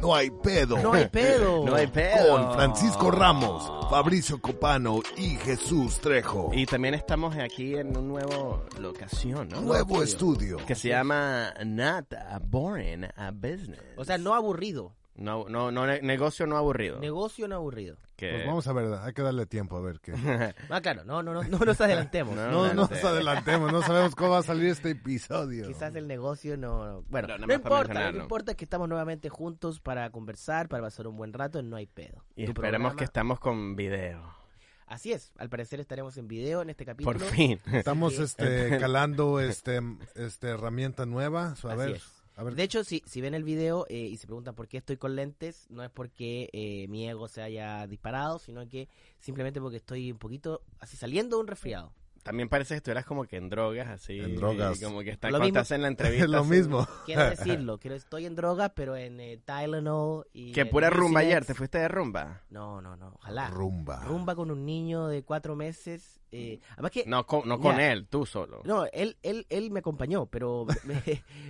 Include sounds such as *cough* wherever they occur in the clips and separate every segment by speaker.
Speaker 1: No hay pedo.
Speaker 2: No hay pedo.
Speaker 3: *laughs* No hay pedo.
Speaker 1: Con Francisco Ramos, Fabricio Copano y Jesús Trejo.
Speaker 3: Y también estamos aquí en una nueva locación, ¿no?
Speaker 1: Nuevo estudio.
Speaker 3: Que se llama Not a Boring a Business.
Speaker 2: O sea, no aburrido.
Speaker 3: No, no, no, ne- negocio no aburrido.
Speaker 2: Negocio no aburrido.
Speaker 3: Que-
Speaker 4: Pues vamos a ver, hay que darle tiempo a
Speaker 1: *laughs*
Speaker 4: ver qué.
Speaker 2: Ah, claro, no, no, no, no nos adelantemos.
Speaker 3: No,
Speaker 4: No nos
Speaker 3: Adelante.
Speaker 4: adelantemos, no sabemos cómo va a salir este episodio.
Speaker 2: Quizás el negocio no... Bueno,
Speaker 3: No,
Speaker 2: no,
Speaker 3: nada más para
Speaker 2: importa,
Speaker 3: mencionarlo.
Speaker 2: no importa que estamos nuevamente juntos para conversar, para pasar un buen rato, no hay pedo.
Speaker 3: Y
Speaker 2: Tu
Speaker 3: esperemos
Speaker 2: programa-
Speaker 3: que estamos con video.
Speaker 2: Así es, al parecer estaremos en video en este capítulo.
Speaker 3: Por fin. *laughs*
Speaker 4: Estamos
Speaker 2: *laughs*
Speaker 4: este, calando este, este herramienta nueva. so, a
Speaker 2: Así
Speaker 4: ver,
Speaker 2: es.
Speaker 4: a ver.
Speaker 2: De hecho, si, si ven el video eh, y se preguntan por qué estoy con lentes, no es porque eh, mi ego se haya disparado, sino que simplemente porque estoy un poquito así saliendo de un resfriado.
Speaker 3: También parece que estuvieras como que en drogas, así.
Speaker 4: En drogas.
Speaker 3: Como que está,
Speaker 2: Lo
Speaker 3: cuando
Speaker 4: *laughs*
Speaker 2: mismo-
Speaker 3: estás en la
Speaker 4: *laughs*
Speaker 3: entrevista.
Speaker 4: es lo
Speaker 3: así,
Speaker 4: mismo.
Speaker 2: Quiero decirlo, que estoy en drogas, pero en eh, Tylenol y...
Speaker 3: Que
Speaker 2: en
Speaker 3: pura rumba
Speaker 2: Mucinex.
Speaker 3: ayer, ¿te fuiste de rumba?
Speaker 2: No, no, no, ojalá.
Speaker 4: Rumba.
Speaker 2: Rumba con un niño de cuatro meses. eh, además que...
Speaker 3: Mm. No, con, no con
Speaker 2: Ya.
Speaker 3: él, tú solo.
Speaker 2: No, él, él, él me acompañó,
Speaker 3: *laughs*
Speaker 2: pero me,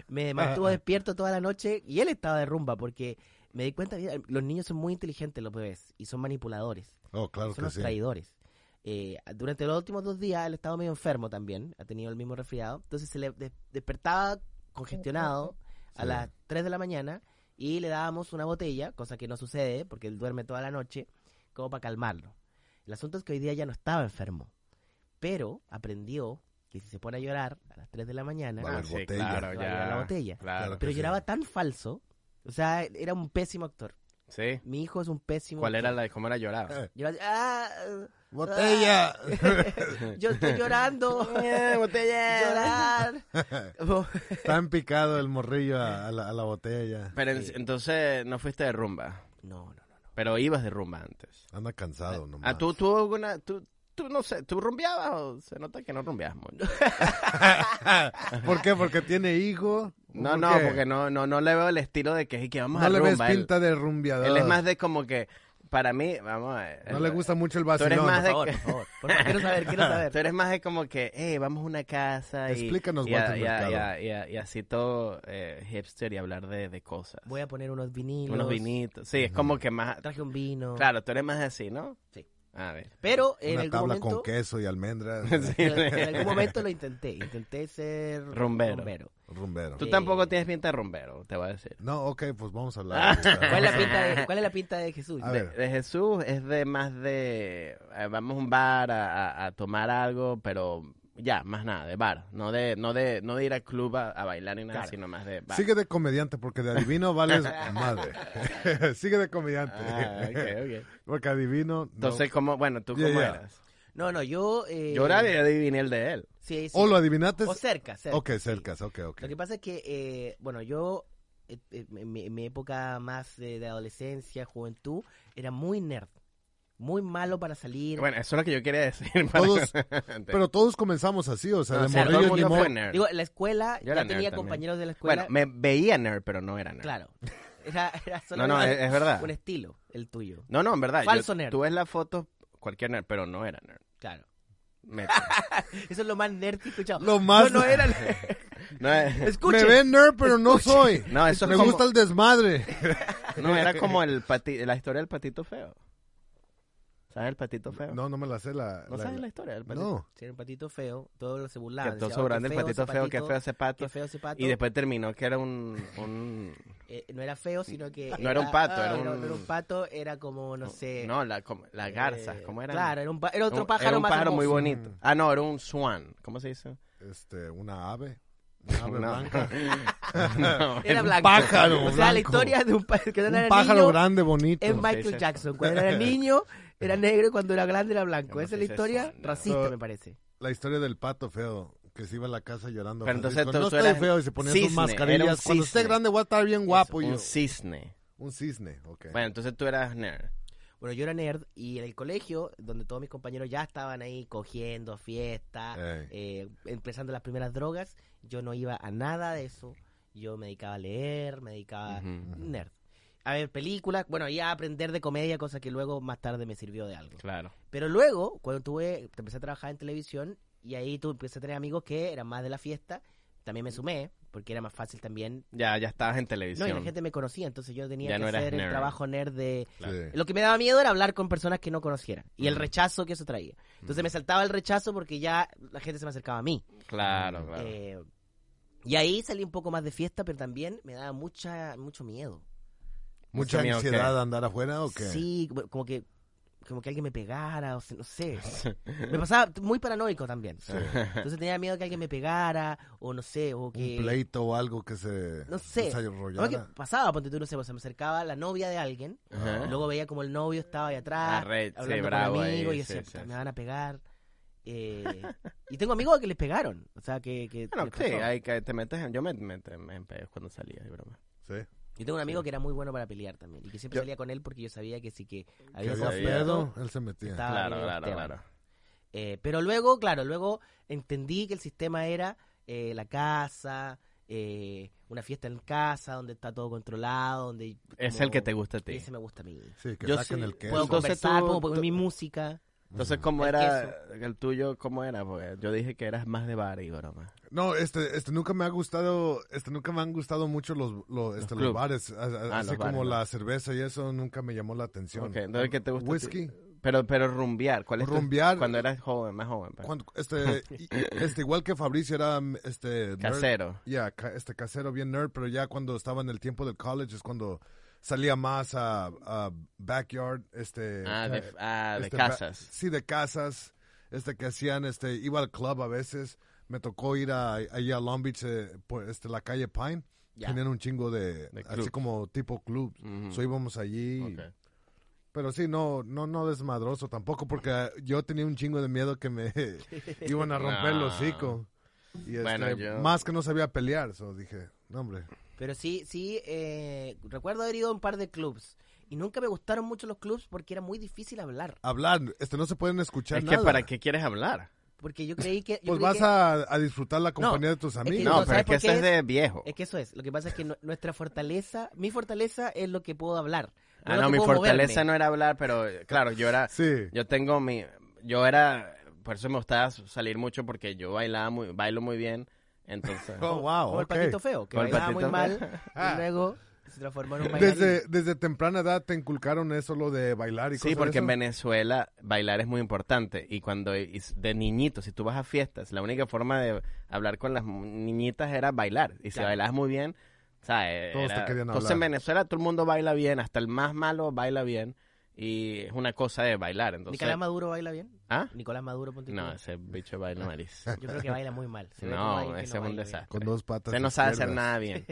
Speaker 2: me mantuvo
Speaker 3: Ah.
Speaker 2: despierto toda la noche y él estaba de rumba porque me di cuenta que los niños son muy inteligentes, los bebés, y son manipuladores,
Speaker 4: Oh, claro
Speaker 2: son
Speaker 4: que
Speaker 2: los
Speaker 4: sí.
Speaker 2: traidores. Eh, durante los últimos dos días él estaba medio enfermo también, ha tenido el mismo resfriado, entonces se le des- despertaba congestionado a
Speaker 4: Sí.
Speaker 2: las 3 de la mañana y le dábamos una botella, cosa que no sucede porque él duerme toda la noche, como para calmarlo. El asunto es que hoy día ya no estaba enfermo, pero aprendió que si se pone a llorar a las 3 de la mañana,
Speaker 4: Va a haber
Speaker 3: Ah, sí,
Speaker 4: botella.
Speaker 3: claro,
Speaker 2: Va a haber
Speaker 3: ya.
Speaker 2: la botella.
Speaker 3: Claro.
Speaker 2: pero
Speaker 4: sí.
Speaker 2: lloraba tan falso, o sea, era un pésimo actor.
Speaker 3: ¿Sí?
Speaker 2: Mi hijo es un pésimo
Speaker 3: ¿Cuál era
Speaker 2: actor.
Speaker 3: la de cómo era lloraba?
Speaker 4: Eh.
Speaker 2: Lloraba- ¡Ah! *laughs*
Speaker 4: Botella.
Speaker 2: Yo estoy llorando. Llorar.
Speaker 4: Está en picado el morrillo a, a la, a la botella.
Speaker 3: Pero en- entonces no fuiste de rumba,
Speaker 2: *laughs* No, no, no.
Speaker 3: pero ibas de rumba antes.
Speaker 4: Anda cansado nomás.
Speaker 3: Ah, ¿tú, tú, alguna, tú, tú no sé, ¿tú rumbeabas o se nota que no rumbeabas mucho?
Speaker 4: *laughs* ¿Por qué? ¿Porque tiene hijo?
Speaker 3: No,
Speaker 4: ¿Por
Speaker 3: no,
Speaker 4: qué?
Speaker 3: porque no, no, no le veo el estilo de que, que vamos
Speaker 4: No
Speaker 3: a
Speaker 4: le ves
Speaker 3: rumba. él,
Speaker 4: pinta de rumbiador.
Speaker 3: él es más de como que, para mí, vamos a ver.
Speaker 4: No le gusta mucho el
Speaker 3: eres
Speaker 4: vacilón.
Speaker 3: más
Speaker 2: Por
Speaker 3: de-
Speaker 2: favor,
Speaker 4: *laughs*
Speaker 2: por favor. Por favor, quiero saber, quiero
Speaker 3: Tú
Speaker 2: saber.
Speaker 3: eres más de como que, eh, vamos a una casa y...
Speaker 4: Explícanos,
Speaker 3: y, a-
Speaker 4: Walter
Speaker 3: y a-
Speaker 4: Mercado.
Speaker 3: y a- y a- y así todo eh, hipster y hablar de, de cosas.
Speaker 2: Voy a poner unos vinilos.
Speaker 3: Unos vinitos. Sí, es como que más...
Speaker 2: Traje un vino.
Speaker 3: Claro, tú eres más así, ¿no?
Speaker 2: Sí.
Speaker 3: A ver.
Speaker 2: Pero en
Speaker 4: Una
Speaker 2: algún
Speaker 4: tabla con
Speaker 2: momento.
Speaker 4: queso y almendras.
Speaker 3: *laughs*
Speaker 4: eh,
Speaker 3: Sí.
Speaker 2: En, en algún momento lo intenté. Intenté ser
Speaker 3: Rumbero.
Speaker 4: Rumbero.
Speaker 3: Tú
Speaker 2: Sí.
Speaker 3: tampoco tienes pinta de rumbero, te voy a decir.
Speaker 4: No, ok, pues vamos a
Speaker 3: Ah,
Speaker 4: hablar.
Speaker 2: ¿Cuál es la pinta de, cuál es la pinta de Jesús?
Speaker 4: A
Speaker 3: De,
Speaker 4: ver.
Speaker 3: de Jesús es de más de... eh, vamos a un bar a, a- a tomar algo, pero ya, más nada, de bar. No de no de, no de ir al club a, a bailar ni nada,
Speaker 2: Claro.
Speaker 3: sino más de bar.
Speaker 4: Sigue de comediante porque de adivino
Speaker 3: *laughs*
Speaker 4: vales madre. *laughs* Sigue de comediante.
Speaker 3: Ah, ok, ok.
Speaker 4: *laughs* Porque adivino. no.
Speaker 3: Entonces, ¿cómo? Bueno, ¿tú
Speaker 4: Ya,
Speaker 3: cómo
Speaker 4: ya.
Speaker 3: eras?
Speaker 2: No, no, yo. Eh,
Speaker 3: Yo ahora adiviné el de él.
Speaker 2: Sí, sí.
Speaker 4: O lo adivinaste.
Speaker 2: O cerca, cerca.
Speaker 4: ok,
Speaker 2: sí.
Speaker 4: cercas, ok, ok.
Speaker 2: Lo que pasa es que, eh, bueno, yo eh, eh, en mi, en mi época más eh, de adolescencia, juventud, era muy nerd. Muy malo para salir.
Speaker 3: Bueno, eso es lo que yo quería decir. *laughs*
Speaker 4: Todos- Pero todos comenzamos así, o sea,
Speaker 3: No,
Speaker 4: de
Speaker 3: o sea, todo el
Speaker 4: morrillos ni
Speaker 3: mundo
Speaker 4: mo-
Speaker 3: fue nerd.
Speaker 2: Digo, en la escuela,
Speaker 3: Yo
Speaker 2: yo
Speaker 3: era
Speaker 2: ya tenía
Speaker 3: nerd también.
Speaker 2: compañeros de la escuela.
Speaker 3: bueno, me veía nerd, pero no era nerd.
Speaker 2: Claro. *laughs* Era, era solo
Speaker 3: No, no,
Speaker 2: un-
Speaker 3: es, es verdad.
Speaker 2: un estilo, el tuyo.
Speaker 3: No, no, en verdad. yo-
Speaker 2: Falso nerd.
Speaker 3: Tú ves la foto, cualquier nerd, pero no era nerd.
Speaker 2: Claro. *laughs*
Speaker 3: Me-
Speaker 2: Eso es lo más nerd que he escuchado.
Speaker 4: Lo más-
Speaker 2: Yo no era.
Speaker 3: *laughs* no, es-
Speaker 2: Escuchen.
Speaker 4: *laughs* Me ven nerd, pero no soy.
Speaker 3: No, eso es
Speaker 4: Me
Speaker 3: como-
Speaker 4: gusta el desmadre.
Speaker 3: no, *laughs* era como el pati- la historia del patito feo. ¿Sabes el patito feo?
Speaker 4: No, no me la sé la.
Speaker 3: ¿No
Speaker 4: la-
Speaker 3: sabes la historia del patito
Speaker 4: No.
Speaker 2: Sí, era un patito feo. Todos se
Speaker 3: Oh. Que
Speaker 2: burlaban.
Speaker 3: todos
Speaker 2: decían, "Oh,
Speaker 3: sobrando
Speaker 2: qué
Speaker 3: el
Speaker 2: feo
Speaker 3: patito
Speaker 2: ese
Speaker 3: feo, qué feo ese pato.
Speaker 2: Qué feo ese pato.
Speaker 3: Y después terminó que era un... un-
Speaker 2: Eh, no era feo, sino que.
Speaker 3: *laughs* No era un pato, era
Speaker 2: no
Speaker 3: un-
Speaker 2: no era un pato, era como, no sé.
Speaker 3: No, la, como- la garza,
Speaker 2: eh,
Speaker 3: ¿cómo era?
Speaker 2: Claro, era, un, pa- era otro
Speaker 3: Un-
Speaker 2: pájaro
Speaker 3: era un
Speaker 2: más
Speaker 3: pájaro muy
Speaker 2: hermoso.
Speaker 3: bonito. Ah, no, era un swan. ¿Cómo se dice?
Speaker 4: Este, una ave. Una ave
Speaker 3: No.
Speaker 4: blanca.
Speaker 3: *laughs* No,
Speaker 2: Era
Speaker 3: un
Speaker 2: blanco.
Speaker 4: pájaro
Speaker 2: O sea,
Speaker 4: blanco.
Speaker 2: la historia de un, pa- que cuando
Speaker 4: Un
Speaker 2: era
Speaker 4: pájaro
Speaker 2: niño
Speaker 4: grande, bonito.
Speaker 2: es
Speaker 3: Sí,
Speaker 2: Michael
Speaker 3: sí.
Speaker 2: Jackson. Cuando era niño era negro y cuando era grande era blanco.
Speaker 3: ¿Cómo
Speaker 2: Esa
Speaker 3: se
Speaker 2: es la
Speaker 3: dice
Speaker 2: historia
Speaker 3: eso? No.
Speaker 2: racista,
Speaker 4: So-
Speaker 2: me parece.
Speaker 4: La historia del pato feo que se iba a la casa llorando.
Speaker 3: Pero entonces
Speaker 4: Francisco,
Speaker 3: tú-
Speaker 4: no
Speaker 3: tú
Speaker 4: estoy
Speaker 3: eras
Speaker 4: feo y se ponía sus
Speaker 3: cisne, era un
Speaker 4: mascarillas. Cuando esté
Speaker 3: cisne.
Speaker 4: grande voy a estar bien guapo yo.
Speaker 3: un cisne.
Speaker 4: Un cisne, ok.
Speaker 3: Bueno, entonces tú eras nerd.
Speaker 2: Bueno, yo era nerd y en el colegio, donde todos mis compañeros ya estaban ahí cogiendo, fiesta,
Speaker 4: Ey.
Speaker 2: eh, empezando las primeras drogas, yo no iba a nada de eso. Yo me dedicaba a leer, me dedicaba
Speaker 3: Ujú, ujú.
Speaker 2: nerd. A ver películas, bueno, y a aprender de comedia, cosa que luego más tarde me sirvió de algo.
Speaker 3: Claro.
Speaker 2: Pero luego, cuando tuve,
Speaker 3: Mm.
Speaker 2: empecé a trabajar en televisión y ahí tú empecé a tener amigos que eran más de la fiesta, también me sumé, porque era más fácil también.
Speaker 3: Ya, ya estabas en
Speaker 2: No, y
Speaker 3: televisión.
Speaker 2: la gente me conocía, entonces yo tenía
Speaker 3: Ya
Speaker 2: que
Speaker 3: no eras
Speaker 2: hacer el
Speaker 3: nerd.
Speaker 2: trabajo nerd de...
Speaker 4: Sí.
Speaker 2: Lo que me daba miedo era hablar con personas que no conociera y
Speaker 3: Mm.
Speaker 2: el rechazo que eso traía. Entonces me saltaba el rechazo porque ya la gente se me acercaba a mí.
Speaker 3: Claro, claro.
Speaker 2: Eh, y ahí salí un poco más de fiesta, pero también me daba mucha mucho miedo.
Speaker 4: ¿Mucha
Speaker 3: Ese miedo
Speaker 4: ansiedad de andar afuera o qué?
Speaker 2: Sí, como- como que como que alguien me pegara, o se- no sé.
Speaker 3: *laughs*
Speaker 2: Me pasaba muy paranoico también. Entonces tenía miedo que alguien me pegara, o no sé, o que...
Speaker 4: ¿Un pleito o algo que se
Speaker 2: No sé.
Speaker 4: desarrollara?
Speaker 2: No, que pasaba, ponte tú, no sé, pues, se me acercaba la novia de alguien,
Speaker 3: Ajá.
Speaker 2: luego veía como el novio estaba ahí atrás,
Speaker 3: Ah, re- Ah. sí,
Speaker 2: hablando con
Speaker 3: bravo ahí,
Speaker 2: amigos, y
Speaker 3: sí,
Speaker 2: decía,
Speaker 3: sí,
Speaker 2: "Puta,
Speaker 3: sí.
Speaker 2: me van a pegar. Eh, y tengo amigos que les pegaron, o sea, que... que
Speaker 3: Bueno,
Speaker 2: les
Speaker 3: Ah, sí,
Speaker 2: pasó.
Speaker 3: hay que te metes en, yo me, me, te- me empegué cuando salía, de broma.
Speaker 4: Sí.
Speaker 2: Yo tengo un amigo que era muy bueno para pelear también, y que siempre
Speaker 4: Yo-
Speaker 2: salía con él porque yo sabía que sí que
Speaker 4: Que
Speaker 2: había
Speaker 4: había
Speaker 3: sabía.
Speaker 4: pedo, él se metía.
Speaker 2: estaba
Speaker 3: claro,
Speaker 2: bien el
Speaker 3: claro,
Speaker 2: tema.
Speaker 3: claro.
Speaker 2: Eh, pero luego, claro, luego entendí que el sistema era eh, la casa, eh, una fiesta en casa, donde está todo controlado, donde...
Speaker 3: Es
Speaker 2: como-
Speaker 3: el que te gusta a ti.
Speaker 2: Ese me gusta a mí.
Speaker 4: Sí, que
Speaker 3: Yo
Speaker 4: saquen
Speaker 3: sí-
Speaker 4: el queso.
Speaker 2: Puedo
Speaker 3: Entonces
Speaker 2: conversar,
Speaker 3: tú-
Speaker 2: puedo poner
Speaker 3: tú-
Speaker 2: mi música.
Speaker 3: Entonces, ¿cómo
Speaker 2: El
Speaker 3: era el tuyo? ¿Cómo era? Porque yo dije que eras más de bar y broma.
Speaker 4: No, este, este nunca me ha gustado, este nunca me han gustado mucho los, los, este, los
Speaker 3: clubs.
Speaker 4: bares, a- a-
Speaker 3: Ah,
Speaker 4: así
Speaker 3: los bares,
Speaker 4: como
Speaker 3: ¿no?
Speaker 4: la cerveza y eso nunca me llamó la atención.
Speaker 3: Ok, entonces, ¿qué te gusta a ti?
Speaker 4: Whisky.
Speaker 3: Pero, pero rumbear, ¿cuál es tu-
Speaker 4: Rumbear. eh,
Speaker 3: Cuando eras joven, más joven. pues.
Speaker 4: Cuando-
Speaker 3: *laughs*
Speaker 4: este, y- este, igual que Fabricio era mm, este nerd.
Speaker 3: Casero.
Speaker 4: Ya, ca- este casero bien nerd, pero ya cuando estaba en el tiempo del college es cuando salía más a, a backyard, este
Speaker 3: Ah, de,
Speaker 4: ca-
Speaker 3: ah, de
Speaker 4: este, ba-
Speaker 3: casas.
Speaker 4: Sí, de casas, este que hacían, este iba al club a veces. Me tocó ir a, allá a Long Beach, eh, por este, la calle Pine.
Speaker 3: Ya.
Speaker 4: Tenían un chingo de,
Speaker 3: De
Speaker 4: así
Speaker 3: clubs.
Speaker 4: como tipo club.
Speaker 3: Ujú.
Speaker 4: So íbamos allí.
Speaker 3: Ok.
Speaker 4: Pero sí, no, no, no desmadroso tampoco, porque eh, yo tenía un chingo de miedo que me *laughs* iban a romper el
Speaker 3: No.
Speaker 4: hocico. Y este,
Speaker 3: Bueno, yo-
Speaker 4: más que no sabía pelear, so dije, no hombre.
Speaker 2: Pero sí, sí, eh, recuerdo haber ido a un par de clubs. Y nunca me gustaron mucho los clubs porque era muy difícil hablar.
Speaker 4: Hablar, este no se pueden escuchar
Speaker 3: Es que
Speaker 4: nada.
Speaker 3: ¿para qué quieres hablar?
Speaker 2: Porque yo creí que... yo
Speaker 4: Pues
Speaker 2: creí
Speaker 4: vas
Speaker 2: que-
Speaker 4: a, a disfrutar la compañía de tus
Speaker 2: es que
Speaker 4: amigos.
Speaker 2: no,
Speaker 3: No, pero
Speaker 2: ¿sabes
Speaker 3: es
Speaker 2: por
Speaker 3: que eso
Speaker 2: qué
Speaker 3: es
Speaker 2: es?
Speaker 3: de viejo.
Speaker 2: Es que eso es. Lo que pasa es que no- nuestra fortaleza, mi fortaleza es lo que puedo hablar.
Speaker 3: Ah,
Speaker 2: lo
Speaker 3: no,
Speaker 2: que
Speaker 3: mi
Speaker 2: puedo
Speaker 3: fortaleza
Speaker 2: moverme.
Speaker 3: no era hablar, pero eh, claro, yo era...
Speaker 4: Sí.
Speaker 3: Yo tengo mi... Yo era... Por eso me gustaba salir mucho porque yo bailaba muy, bailo muy bien.
Speaker 4: *laughs*
Speaker 3: Entonces...
Speaker 4: Oh, wow,
Speaker 2: Como el
Speaker 4: ok.
Speaker 2: patito feo, que
Speaker 3: Como el
Speaker 2: bailaba muy
Speaker 3: patito
Speaker 2: mal *laughs* y luego se transformó en un bailarín.
Speaker 4: Desde, desde temprana edad te inculcaron eso, lo de bailar y
Speaker 3: Sí,
Speaker 4: cosas
Speaker 3: porque en
Speaker 4: de eso.
Speaker 3: Venezuela bailar es muy importante. Y cuando y de niñito, si tú vas a fiestas, la única forma de hablar con las mu- niñitas era bailar. Y si
Speaker 2: Claro.
Speaker 3: bailabas muy bien, ¿sabes?
Speaker 4: Todos te
Speaker 3: Era-
Speaker 4: querían
Speaker 3: Entonces
Speaker 4: hablar.
Speaker 3: en Venezuela todo el mundo baila bien, hasta el más malo baila bien. Y es una cosa de bailar. Entonces,
Speaker 2: Nicolás Maduro baila bien.
Speaker 3: ¿Ah?
Speaker 2: Nicolás Maduro, ponte tú.
Speaker 3: No, ese
Speaker 4: *laughs*
Speaker 3: bicho baila nariz.
Speaker 2: Yo creo que baila muy mal. Se ve como alguien
Speaker 3: No,
Speaker 2: que
Speaker 3: ese es un
Speaker 2: baila bien.
Speaker 3: desastre.
Speaker 4: Con dos patas.
Speaker 3: Usted no sabe hacer
Speaker 4: izquierdas.
Speaker 2: *laughs*
Speaker 3: nada bien.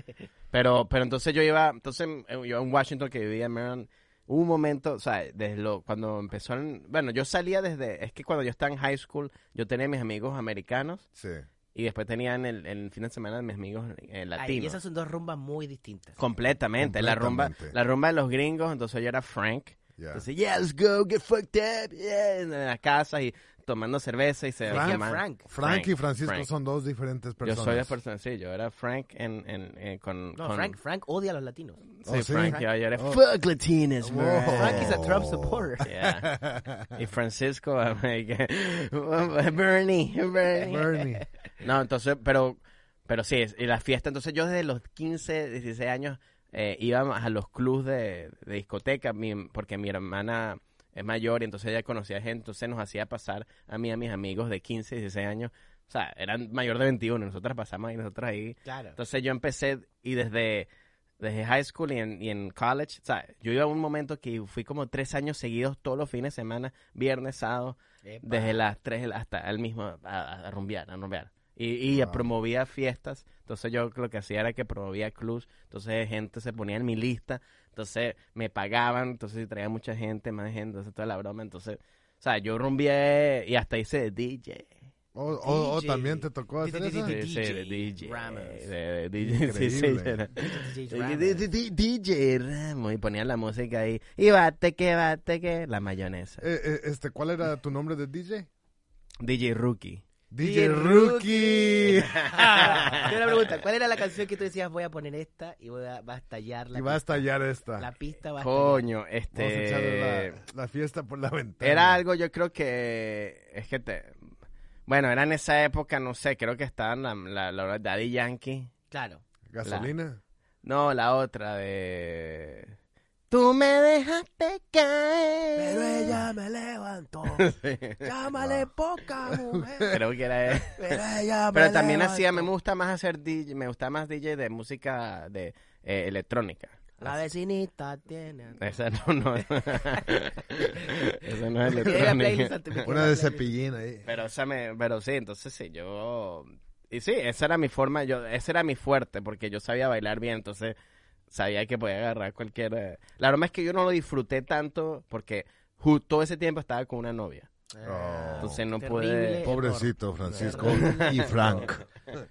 Speaker 3: Pero, pero entonces yo iba, entonces eh, yo en Washington que vivía en Maryland, hubo un momento, o sea, desde lo, cuando empezó, en- bueno, yo salía desde, es que cuando yo estaba en high school, yo tenía mis amigos americanos
Speaker 4: Sí.
Speaker 3: y después tenía en el, en el fin de semana mis amigos
Speaker 2: Ay, y
Speaker 3: eh,
Speaker 2: esas
Speaker 3: latinos.
Speaker 2: son dos rumbas muy distintas.
Speaker 3: Completamente, la rumba,
Speaker 4: Completamente.
Speaker 3: la rumba de los gringos, entonces yo era Frank.
Speaker 4: ya.
Speaker 3: Entonces, yeah, let's go, get fucked up, yeah, en las casas y tomando cerveza y se...
Speaker 2: Frank,
Speaker 3: fumaba-
Speaker 2: Frank.
Speaker 4: Frank y Francisco
Speaker 3: Frank.
Speaker 4: son dos diferentes personas.
Speaker 3: Yo soy la persona, sí, yo era Frank en, en, en- con...
Speaker 2: No,
Speaker 3: con-
Speaker 2: Frank, Frank odia a los latinos.
Speaker 3: Sí,
Speaker 4: Oh, ¿sí?
Speaker 3: Frank, yo, yo era fuck Latinas,
Speaker 4: Wow.
Speaker 3: man".
Speaker 2: Frank is a
Speaker 4: Oh.
Speaker 2: Trump supporter.
Speaker 3: Yeah. *laughs* Y Francisco, I'm like, *laughs* Bernie, Bernie.
Speaker 4: Bernie.
Speaker 3: No, entonces, pero, pero sí, es- y la fiesta, entonces yo desde los 15, 16 años eh, iba a los clubs de, de discoteca, mi- porque mi hermana es mayor y entonces ella conocía gente, entonces nos hacía pasar a mí, y a mis amigos de 15, 16 años, o sea, eran mayor de 21, nosotras pasamos ahí, nosotras ahí
Speaker 2: Claro.
Speaker 3: entonces yo empecé y desde, desde high school y en, y en college, o sea, yo iba a un momento que fui como tres años seguidos todos los fines de semana, viernes, sábado,
Speaker 2: Epa.
Speaker 3: desde las tres de la- hasta el mismo, a, a- a rumbear, a rumbear. Y, y
Speaker 4: Wow.
Speaker 3: promovía fiestas, entonces yo lo que hacía era que promovía clubs, entonces gente se ponía en mi lista, entonces me pagaban, entonces traía mucha gente, más gente, entonces toda la broma, entonces, o sea, yo rumbié y hasta hice de DJ.
Speaker 4: O, o- o
Speaker 2: DJ.
Speaker 4: también te tocó hacer
Speaker 2: Sí, sí,
Speaker 4: eso.
Speaker 2: sí, sí.
Speaker 3: Sí, sí, de
Speaker 2: DJ
Speaker 3: DJ.
Speaker 2: Ramos.
Speaker 3: de- de DJ, sí, sí,
Speaker 4: Increíble.
Speaker 3: era.
Speaker 2: DJ
Speaker 3: Eh,
Speaker 2: Ramos.
Speaker 3: di- di- di- DJ Ramo y ponían la música ahí y bate que bate que la mayonesa
Speaker 4: Eh, eh, este, ¿Cuál era tu nombre de DJ?
Speaker 3: DJ Rookie
Speaker 4: DJ
Speaker 2: Rookie.
Speaker 4: Rookie.
Speaker 2: Ah, tengo una pregunta. ¿Cuál era la canción que tú decías voy a poner esta y voy a, va a estallar la
Speaker 4: Y va a
Speaker 2: pista?
Speaker 4: estallar esta.
Speaker 2: La pista va a estallar.
Speaker 3: coño
Speaker 4: Vamos a echarle
Speaker 3: este
Speaker 4: la, la fiesta por la ventana.
Speaker 3: era algo yo creo que es que te bueno era en esa época no sé creo que estaban la la, la- Daddy Yankee
Speaker 2: Claro.
Speaker 3: *laughs*
Speaker 4: ¿Gasolina?
Speaker 3: No, la otra de... Tú me dejaste caer.
Speaker 2: Pero
Speaker 3: *laughs*
Speaker 2: ella me levantó. Llámale poca
Speaker 3: *laughs*
Speaker 2: mujer.
Speaker 3: Creo que era él.
Speaker 2: Pero ella me
Speaker 3: Pero también
Speaker 2: levantó.
Speaker 3: hacía, me gusta más hacer DJ, me gusta más DJ de música de eh, electrónica.
Speaker 2: La vecinita tiene.
Speaker 3: *laughs* Esa no, no. Esa no es
Speaker 2: Era playlist
Speaker 3: electrónica.
Speaker 2: antes de que
Speaker 4: Una
Speaker 2: era
Speaker 4: de
Speaker 2: playlist.
Speaker 4: cepillín ahí.
Speaker 3: Pero esa me, pero sí, entonces sí, yo y sí, esa era mi forma, yo, ese era mi fuerte, porque yo sabía bailar bien, entonces sabía que podía agarrar cualquier. eh, La broma es que yo no lo disfruté tanto porque ju- todo ese tiempo estaba con una novia.
Speaker 2: Ah,
Speaker 4: Oh.
Speaker 3: Entonces no
Speaker 2: terrible. *laughs*
Speaker 3: pude.
Speaker 4: Pobrecito Francisco y Frank.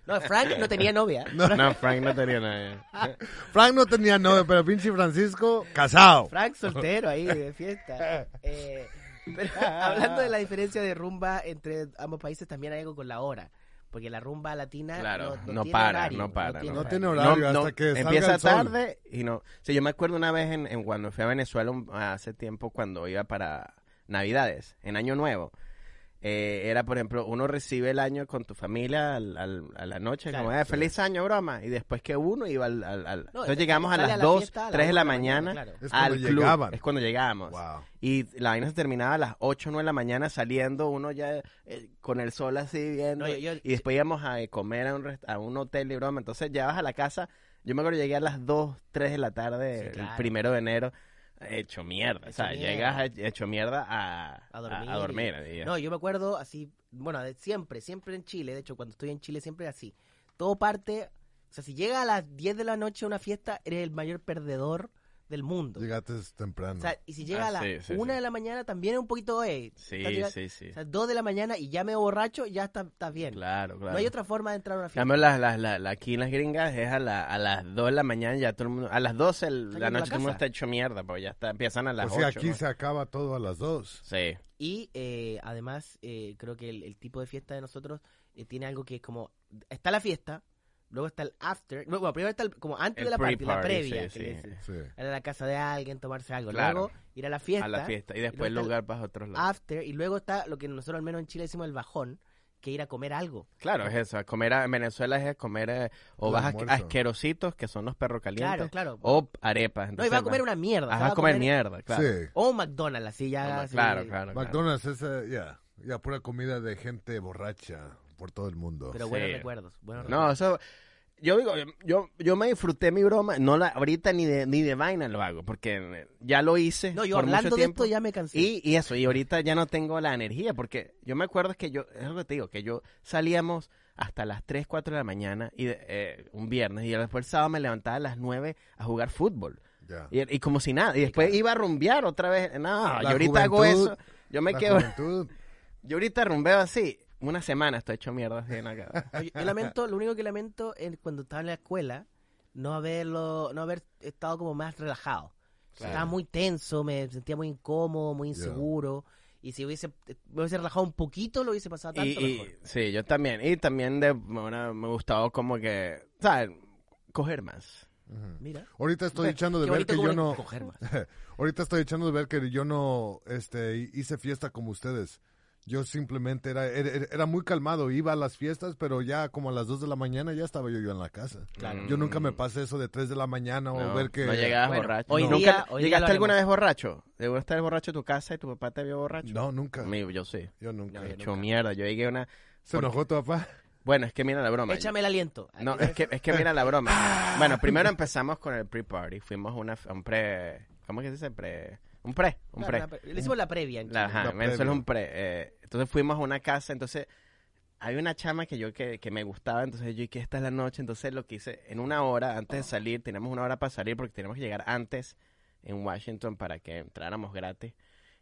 Speaker 2: No, Frank no tenía
Speaker 4: *laughs*
Speaker 2: novia.
Speaker 3: No, Frank no tenía nada.
Speaker 4: Frank no tenía novia, pero pinche Francisco, casado.
Speaker 2: Frank soltero ahí
Speaker 4: *laughs*
Speaker 2: de fiesta. Eh, pero *laughs* hablando de la diferencia de rumba entre ambos países, también hay algo con la hora. Porque la rumba latina
Speaker 3: Claro,
Speaker 2: no,
Speaker 3: no
Speaker 2: tiene
Speaker 3: para,
Speaker 2: horario,
Speaker 3: no para, no.
Speaker 4: No tiene
Speaker 3: No,
Speaker 4: horario
Speaker 3: no,
Speaker 4: hasta que salga
Speaker 3: empieza
Speaker 4: el sol.
Speaker 3: tarde y no. Sí, yo me acuerdo una vez en, en cuando fui a Venezuela un- hace tiempo cuando iba para Navidades, en Año Nuevo. eh, era, por ejemplo, uno recibe el año con tu familia al- al- a la noche,
Speaker 2: Claro,
Speaker 3: como, "Eh, feliz año, broma. Y después que uno iba al. al- al-
Speaker 2: No,
Speaker 3: Entonces llegamos a
Speaker 2: sale
Speaker 3: las
Speaker 2: la
Speaker 3: 2,
Speaker 2: fiesta a las
Speaker 3: 3 de
Speaker 2: una
Speaker 3: la mañana
Speaker 2: claro.
Speaker 4: Es cuando
Speaker 3: al club.
Speaker 4: llegaban.
Speaker 3: Es cuando llegábamos.
Speaker 4: Wow.
Speaker 3: Y la vaina se terminaba a las 8 o 9 de la mañana saliendo, uno ya eh, con el sol así viendo.
Speaker 2: No, yo- yo-
Speaker 3: y después íbamos a eh, comer a un, rest- a un hotel y broma. Entonces llegabas a la casa, yo me acuerdo llegué a las 2, 3 de la tarde,
Speaker 2: Sí, claro.
Speaker 3: el primero de enero, hecho mierda. o sea,
Speaker 2: Hecho mierda.
Speaker 3: llegas he- hecho mierda a,
Speaker 2: a dormir.
Speaker 3: a- a dormir, y ya.
Speaker 2: No, yo me acuerdo así, bueno, de siempre, siempre en Chile, de hecho, cuando estoy en Chile siempre es así. Todo parte, o sea, si llega a las 10 de la noche a una fiesta, eres el mayor perdedor del mundo.
Speaker 4: Llegaste temprano.
Speaker 2: O sea, y si llega
Speaker 3: Ah,
Speaker 2: a las
Speaker 3: sí, sí,
Speaker 2: 1
Speaker 3: sí.
Speaker 2: de la mañana también es un poquito, eh,
Speaker 3: Sí,
Speaker 2: estás llegando-
Speaker 3: sí, sí.
Speaker 2: O sea, 2 de la mañana y ya me borracho, ya está- estás bien.
Speaker 3: Claro, claro.
Speaker 2: No hay otra forma de entrar a una
Speaker 3: En
Speaker 2: fiesta.
Speaker 3: cambio, las, las, las, las- aquí en las gringas es a, la- a las 2 de la mañana ya todo el mundo... A las 12 el-
Speaker 2: Saliendo de
Speaker 3: la
Speaker 2: la
Speaker 3: noche todo el mundo
Speaker 2: casa.
Speaker 3: está hecho mierda, porque ya está, empiezan a las
Speaker 4: o sea,
Speaker 3: 8,
Speaker 4: aquí
Speaker 3: ¿no?
Speaker 4: se acaba todo a las dos.
Speaker 3: Sí.
Speaker 2: Y eh, además, eh, creo que el, el tipo de fiesta de nosotros eh, tiene algo que es como: está la fiesta, luego está el after. no, Bueno, primero está el- como antes
Speaker 3: El
Speaker 2: de la party, la
Speaker 3: pre-party,
Speaker 2: previa.
Speaker 3: sí,
Speaker 2: que le
Speaker 3: sí.
Speaker 2: dicen.
Speaker 4: Sí.
Speaker 2: Ir a la casa de alguien, tomarse algo.
Speaker 3: Claro.
Speaker 2: Luego ir a la fiesta,
Speaker 3: a la fiesta y después el
Speaker 2: luego está
Speaker 3: lugar para otros lados.
Speaker 2: after, y luego está lo que nosotros al menos en Chile decimos el bajón, que ir a comer algo.
Speaker 3: Claro, es eso. Comer a- en Venezuela es comer eh, o
Speaker 4: El
Speaker 3: vas a
Speaker 4: almuerzo.
Speaker 3: asquerositos, que son los perros calientes,
Speaker 2: Claro, claro.
Speaker 3: o arepas.
Speaker 2: No, y
Speaker 3: Entonces,
Speaker 2: va a comer Ah,
Speaker 3: vas-
Speaker 2: una mierda. o sea,
Speaker 3: Vas a Oh, comer mierda, claro. Ah,
Speaker 4: Sí.
Speaker 2: O un McDonald's, así ya.
Speaker 3: Claro,
Speaker 2: así-
Speaker 3: claro, claro.
Speaker 4: McDonald's, esa, ya. Ya, pura comida de gente borracha por todo el mundo.
Speaker 2: Pero
Speaker 3: Sí.
Speaker 2: buenos recuerdos. buenos
Speaker 3: No,
Speaker 2: recuerdos.
Speaker 3: eso... Yo digo, yo, yo me disfruté mi broma, no la, ahorita ni de, ni de vaina lo hago, porque ya lo hice
Speaker 2: No, yo
Speaker 3: por mucho
Speaker 2: hablando de
Speaker 3: tiempo.
Speaker 2: esto ya me cansé.
Speaker 3: Y, y eso, y ahorita ya no tengo la energía, porque yo me acuerdo que yo, es lo que te digo, que yo salíamos hasta las 3, 4 de la mañana, y de- eh, un viernes, y después el sábado me levantaba a las 9 a jugar fútbol.
Speaker 4: Ya.
Speaker 3: Y, y como si nada. Y después iba a rumbear otra vez. No,
Speaker 4: La
Speaker 3: yo ahorita hago
Speaker 4: juventud,
Speaker 3: eso. Yo me
Speaker 4: La
Speaker 3: quedo.
Speaker 4: juventud,
Speaker 3: Yo ahorita rumbeo así. Una semana estoy hecho mierda así
Speaker 4: *laughs*
Speaker 3: en la cara.
Speaker 2: Oye, Yo lamento, lo único que lamento es cuando estaba en la escuela, no haberlo, no haber estado como más relajado.
Speaker 3: Claro.
Speaker 2: Estaba muy tenso, me sentía muy incómodo, muy
Speaker 4: Ya.
Speaker 2: inseguro. Y si hubiese, me hubiese relajado un poquito, lo hubiese pasado tanto
Speaker 3: Y, y-
Speaker 2: mejor.
Speaker 3: sí, yo también. Y también de, bueno, me gustaba como que, ¿sabes? Coger más.
Speaker 2: Mira.
Speaker 4: Ahorita
Speaker 3: *laughs*
Speaker 4: estoy echando de
Speaker 2: Qué
Speaker 4: ver
Speaker 2: bonito
Speaker 4: que
Speaker 2: como
Speaker 4: yo
Speaker 2: le-
Speaker 4: no.
Speaker 2: coger más.
Speaker 4: Ahorita estoy echando de ver que yo no este, hice fiesta como ustedes. Yo simplemente era, era, era muy calmado, iba a las fiestas, pero ya como a las 2 de la mañana ya estaba yo, yo en la casa.
Speaker 2: Claro.
Speaker 4: Yo nunca me pasé eso de 3 de la mañana o
Speaker 3: No,
Speaker 4: ver que...
Speaker 3: no llegabas
Speaker 2: Bueno,
Speaker 3: borracho.
Speaker 2: hoy
Speaker 3: No.
Speaker 2: día-
Speaker 3: ¿Nunca-
Speaker 2: hoy día
Speaker 3: ¿Llegaste
Speaker 2: lo
Speaker 3: alguna vez
Speaker 2: haremos.
Speaker 3: borracho? ¿Debo estar borracho en tu casa y tu papá te vio borracho?
Speaker 4: No, nunca.
Speaker 3: Mi- yo sí.
Speaker 4: Yo nunca.
Speaker 3: Hecho mierda. Yo llegué a una.
Speaker 4: ¿Se enojó tu papá?
Speaker 3: Bueno, es que mira la broma.
Speaker 2: Échame Ah. el aliento.
Speaker 3: No, es que, es que mira
Speaker 2: *laughs*
Speaker 3: la broma. Bueno, primero empezamos con el pre-party. Fuimos a una, a un pre... ¿Cómo es que se dice? Pre, un pre, un
Speaker 2: Claro,
Speaker 3: pre.
Speaker 2: la pre- Le hicimos la previa. en
Speaker 3: La-
Speaker 2: Chile.
Speaker 3: ajá,
Speaker 4: La
Speaker 3: en Venezuela
Speaker 4: previa.
Speaker 3: es un pre. eh, entonces fuimos a una casa, entonces... Hay una chama que yo que, que me gustaba, entonces yo que esta es la noche, entonces lo que hice en una hora antes de
Speaker 4: Ah.
Speaker 3: salir, tenemos una hora para salir porque tenemos que llegar antes en Washington para que entráramos gratis.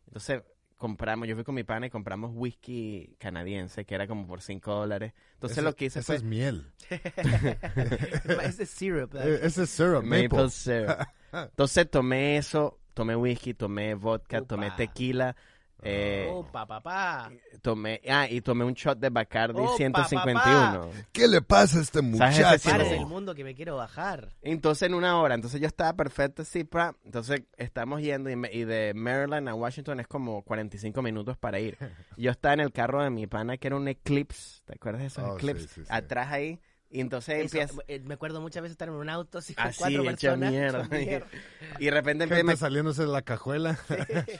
Speaker 3: Entonces compramos, yo fui con mi pana y compramos whisky canadiense que era como por 5 dólares. Entonces
Speaker 4: Esa-
Speaker 3: lo que hice
Speaker 4: Esa
Speaker 3: fue
Speaker 4: es miel.
Speaker 2: *laughs* es de syrup.
Speaker 4: Eh, Ese es syrup, maple. *laughs*
Speaker 3: Maple syrup. Entonces tomé eso, tomé whisky, tomé vodka,
Speaker 2: Upa.
Speaker 3: tomé tequila, eh,
Speaker 4: Oh.
Speaker 2: Opa, papá.
Speaker 3: tomé, ah, y tomé un shot de Bacardi
Speaker 2: Opa,
Speaker 3: 151.
Speaker 4: ¿Qué le pasa a este
Speaker 3: ¿Sabes ese
Speaker 4: muchacho?
Speaker 2: Pares
Speaker 3: Sí.
Speaker 2: el mundo que me quiero bajar.
Speaker 3: Entonces en una hora, entonces yo estaba perfecto así, pra. entonces estamos yendo y, me- y de Maryland a Washington es como 45 minutos
Speaker 2: *laughs*
Speaker 3: para ir. Yo estaba en el carro de mi pana que era un Eclipse, ¿te acuerdas de esos
Speaker 4: Oh, sí,
Speaker 3: Eclipse?
Speaker 4: sí, sí.
Speaker 3: Atrás ahí. Y entonces
Speaker 2: Eso,
Speaker 3: empieza...
Speaker 2: eh, me acuerdo muchas veces estar en un auto así con
Speaker 3: Así,
Speaker 2: cuatro
Speaker 3: Ah, hecho
Speaker 2: personas. *laughs*
Speaker 3: mierda.
Speaker 2: con mierda.
Speaker 3: *laughs* Y de repente el
Speaker 4: Gente
Speaker 3: tema
Speaker 4: saliéndose de la cajuela.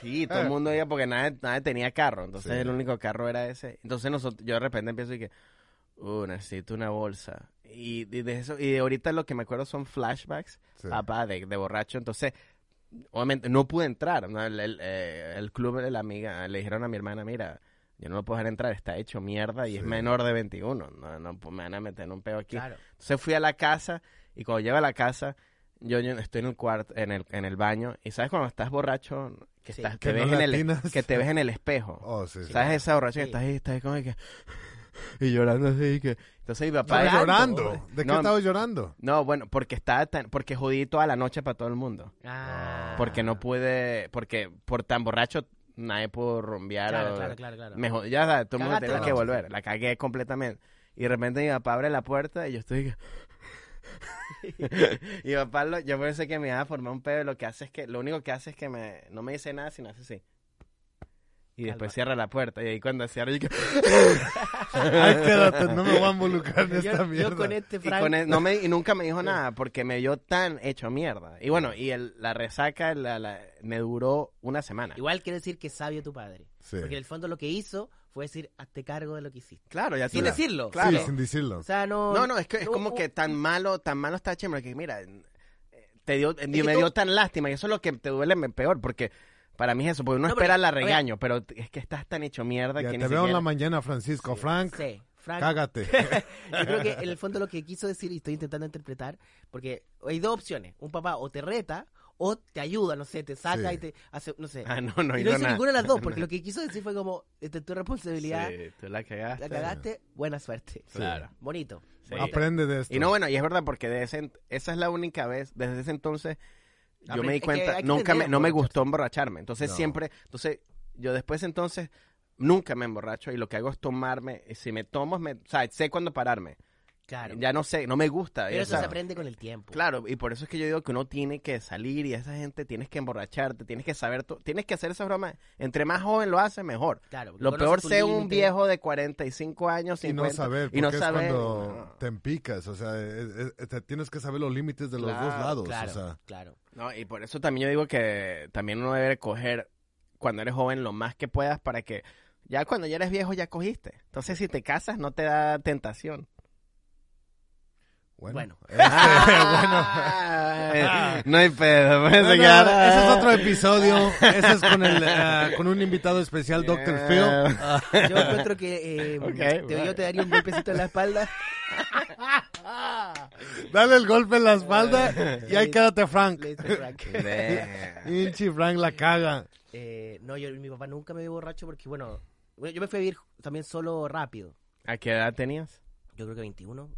Speaker 3: Sí, todo el mundo iba porque nadie, nadie tenía carro. Entonces
Speaker 4: Ah. Sí.
Speaker 3: el único carro era ese. Entonces nosotros, yo de repente empiezo y que, uh, necesito una bolsa. Y, y de eso, y de ahorita lo que me acuerdo son flashbacks,
Speaker 4: Sí.
Speaker 3: papá, de, de borracho. Entonces, obviamente no pude entrar. ¿no? El, el, eh, el club de la amiga, le dijeron a mi hermana, mira, yo no lo puedo dejar entrar, está hecho mierda y es
Speaker 4: Sí.
Speaker 3: menor de 21. No, no, pues me van a meter en un peo aquí.
Speaker 2: Claro.
Speaker 3: Entonces fui a la casa y cuando llego a la casa, yo, yo estoy en el cuarto, en el, en el baño. Y sabes cuando estás borracho, que,
Speaker 2: Sí.
Speaker 3: estás,
Speaker 4: Que
Speaker 3: te,
Speaker 4: no
Speaker 3: ves en el, e-,
Speaker 4: latinas.
Speaker 3: que te ves en el espejo.
Speaker 4: Oh, sí, sí.
Speaker 3: ¿Sabes esa borracha que
Speaker 2: Sí.
Speaker 3: estás ahí, estás ahí como que... Y llorando así y que... Entonces mi papá...
Speaker 4: Estaba
Speaker 2: llorando.
Speaker 4: llorando. ¿De qué
Speaker 3: No,
Speaker 4: estaba llorando?
Speaker 3: No, bueno, porque estaba tan... Porque jodí toda la noche para todo el mundo.
Speaker 2: Ah.
Speaker 3: Porque no pude... Porque por tan borracho nadie pudo rumbear
Speaker 2: Claro,
Speaker 3: o-
Speaker 2: claro, claro, claro.
Speaker 3: me jod- ya sabes, todo el mundo
Speaker 2: Cagaste
Speaker 3: tenía
Speaker 2: la
Speaker 3: que
Speaker 2: noche.
Speaker 3: volver. La cagué completamente. Y de repente mi papá abre la puerta y yo estoy... que- *laughs* y mi papá, lo- yo pensé que me iba a formar un pedo y lo que hace es que... Lo único que hace es que me, no me dice nada, sino hace así. Y después
Speaker 2: Calma.
Speaker 3: cierra la puerta. Y ahí cuando cierra yo que...
Speaker 4: *laughs* Ay, quédate, no me voy a involucrar en
Speaker 2: Yo-
Speaker 4: esta
Speaker 2: yo,
Speaker 4: mierda.
Speaker 2: con este
Speaker 3: *laughs* Y,
Speaker 2: Frank.
Speaker 3: con el- no me, y nunca me dijo nada porque me vio tan hecho mierda. Y bueno, y el- la resaca la- la- me duró una semana.
Speaker 2: Igual quiero decir que es sabio tu padre.
Speaker 4: Sí.
Speaker 2: Porque en el fondo lo que hizo fue decir, hazte cargo de lo que hiciste.
Speaker 3: Claro, ya
Speaker 2: Sin
Speaker 3: tú-
Speaker 2: decirlo.
Speaker 4: Sí,
Speaker 3: Claro.
Speaker 4: sin decirlo.
Speaker 2: O sea, no.
Speaker 3: No, no, es que es
Speaker 2: no,
Speaker 3: como
Speaker 2: no.
Speaker 3: que tan malo, tan malo está Chamber que mira, eh, te dio, eh,
Speaker 2: que
Speaker 3: me
Speaker 2: tú-
Speaker 3: dio tan lástima y eso es lo que te duele me- peor porque para mí es eso, porque uno
Speaker 2: No, porque,
Speaker 3: espera la
Speaker 2: a ver.
Speaker 3: regaño, pero t- es que estás tan hecho mierda
Speaker 4: Ya
Speaker 3: que
Speaker 4: te
Speaker 3: ni
Speaker 4: veo en
Speaker 3: siquiera-
Speaker 4: la mañana, Francisco. Frank,
Speaker 2: Sí, Frank.
Speaker 4: cágate.
Speaker 2: Yo creo que en el fondo lo que quiso decir, y estoy intentando interpretar, porque hay dos opciones. Un papá o te reta o te ayuda, no sé, te saca
Speaker 4: Sí.
Speaker 2: y te hace, no sé.
Speaker 3: *laughs* Ah, no, no,
Speaker 2: y no
Speaker 3: hizo
Speaker 2: hizo
Speaker 3: nada.
Speaker 2: ninguna de las dos,
Speaker 3: *laughs*
Speaker 2: porque lo que quiso decir fue como, esta es tu responsabilidad,
Speaker 3: Sí, tú la cagaste.
Speaker 2: la cagaste, buena suerte.
Speaker 3: Claro.
Speaker 2: Bonito.
Speaker 3: Sí.
Speaker 4: Aprende de esto.
Speaker 3: Y no, bueno, y es verdad, porque de ese, ent- esa es la única vez, desde ese entonces, yo
Speaker 2: Aprende-
Speaker 3: me di
Speaker 2: es que
Speaker 3: cuenta,
Speaker 2: hay que
Speaker 3: nunca me,
Speaker 2: aprender a
Speaker 3: no me
Speaker 2: emborracharse.
Speaker 3: gustó emborracharme. Entonces
Speaker 4: No.
Speaker 3: siempre, entonces yo después de entonces nunca me emborracho y lo que hago es tomarme, y si me tomo, me, o sea, sé cuándo pararme.
Speaker 2: Claro.
Speaker 3: Ya no sé, no me gusta.
Speaker 2: Pero
Speaker 3: ya
Speaker 2: eso
Speaker 3: sabes.
Speaker 2: se aprende con el tiempo.
Speaker 3: Claro, y por eso es que yo digo que uno tiene que salir y esa gente tienes que emborracharte, tienes que saber, to- tienes que hacer esas bromas. Entre más joven lo haces, mejor.
Speaker 2: Claro, porque
Speaker 3: Lo
Speaker 2: conoces
Speaker 3: peor
Speaker 2: tu
Speaker 3: ser un
Speaker 2: límite.
Speaker 3: viejo de 45 años,
Speaker 4: Y no
Speaker 3: 50,
Speaker 4: saber, porque
Speaker 3: y no
Speaker 4: es
Speaker 3: saber.
Speaker 4: cuando
Speaker 3: No.
Speaker 4: te empicas, o sea, eh, eh, te tienes que saber los límites de los
Speaker 3: Claro,
Speaker 4: dos lados,
Speaker 2: Claro,
Speaker 4: o sea,
Speaker 3: *laughs*
Speaker 2: claro.
Speaker 3: No, y por eso también yo digo que también uno debe coger cuando eres joven lo más que puedas para que ya cuando ya eres viejo ya cogiste. Entonces si te casas no te da
Speaker 4: *laughs*
Speaker 3: tentación.
Speaker 4: bueno.
Speaker 2: Bueno.
Speaker 4: *laughs* este,
Speaker 3: Ah, *laughs* no hay pedo. pues,
Speaker 4: bueno, *laughs*
Speaker 3: señora.
Speaker 4: ese es otro
Speaker 3: *laughs*
Speaker 4: episodio, *laughs* ese es con, el, ah, con un invitado
Speaker 3: *laughs*
Speaker 4: especial, Dr. Phil.
Speaker 2: Yo encuentro que eh,
Speaker 3: Ah. Ok,
Speaker 2: te-
Speaker 3: bueno.
Speaker 2: yo te daría un golpecito en la
Speaker 3: *laughs*
Speaker 2: espalda.
Speaker 4: Dale el golpe en la espalda y
Speaker 3: *laughs*
Speaker 4: ahí
Speaker 2: Le-
Speaker 4: quédate, Frank.
Speaker 2: le dice Frank.
Speaker 3: Damn.
Speaker 4: Inchi Frank la caga.
Speaker 2: Eh, no, yo, mi papá nunca me vio borracho porque, bueno, bueno, yo me fui a vivir también solo rápido.
Speaker 3: ¿A qué edad tenías?
Speaker 2: Yo creo que 21.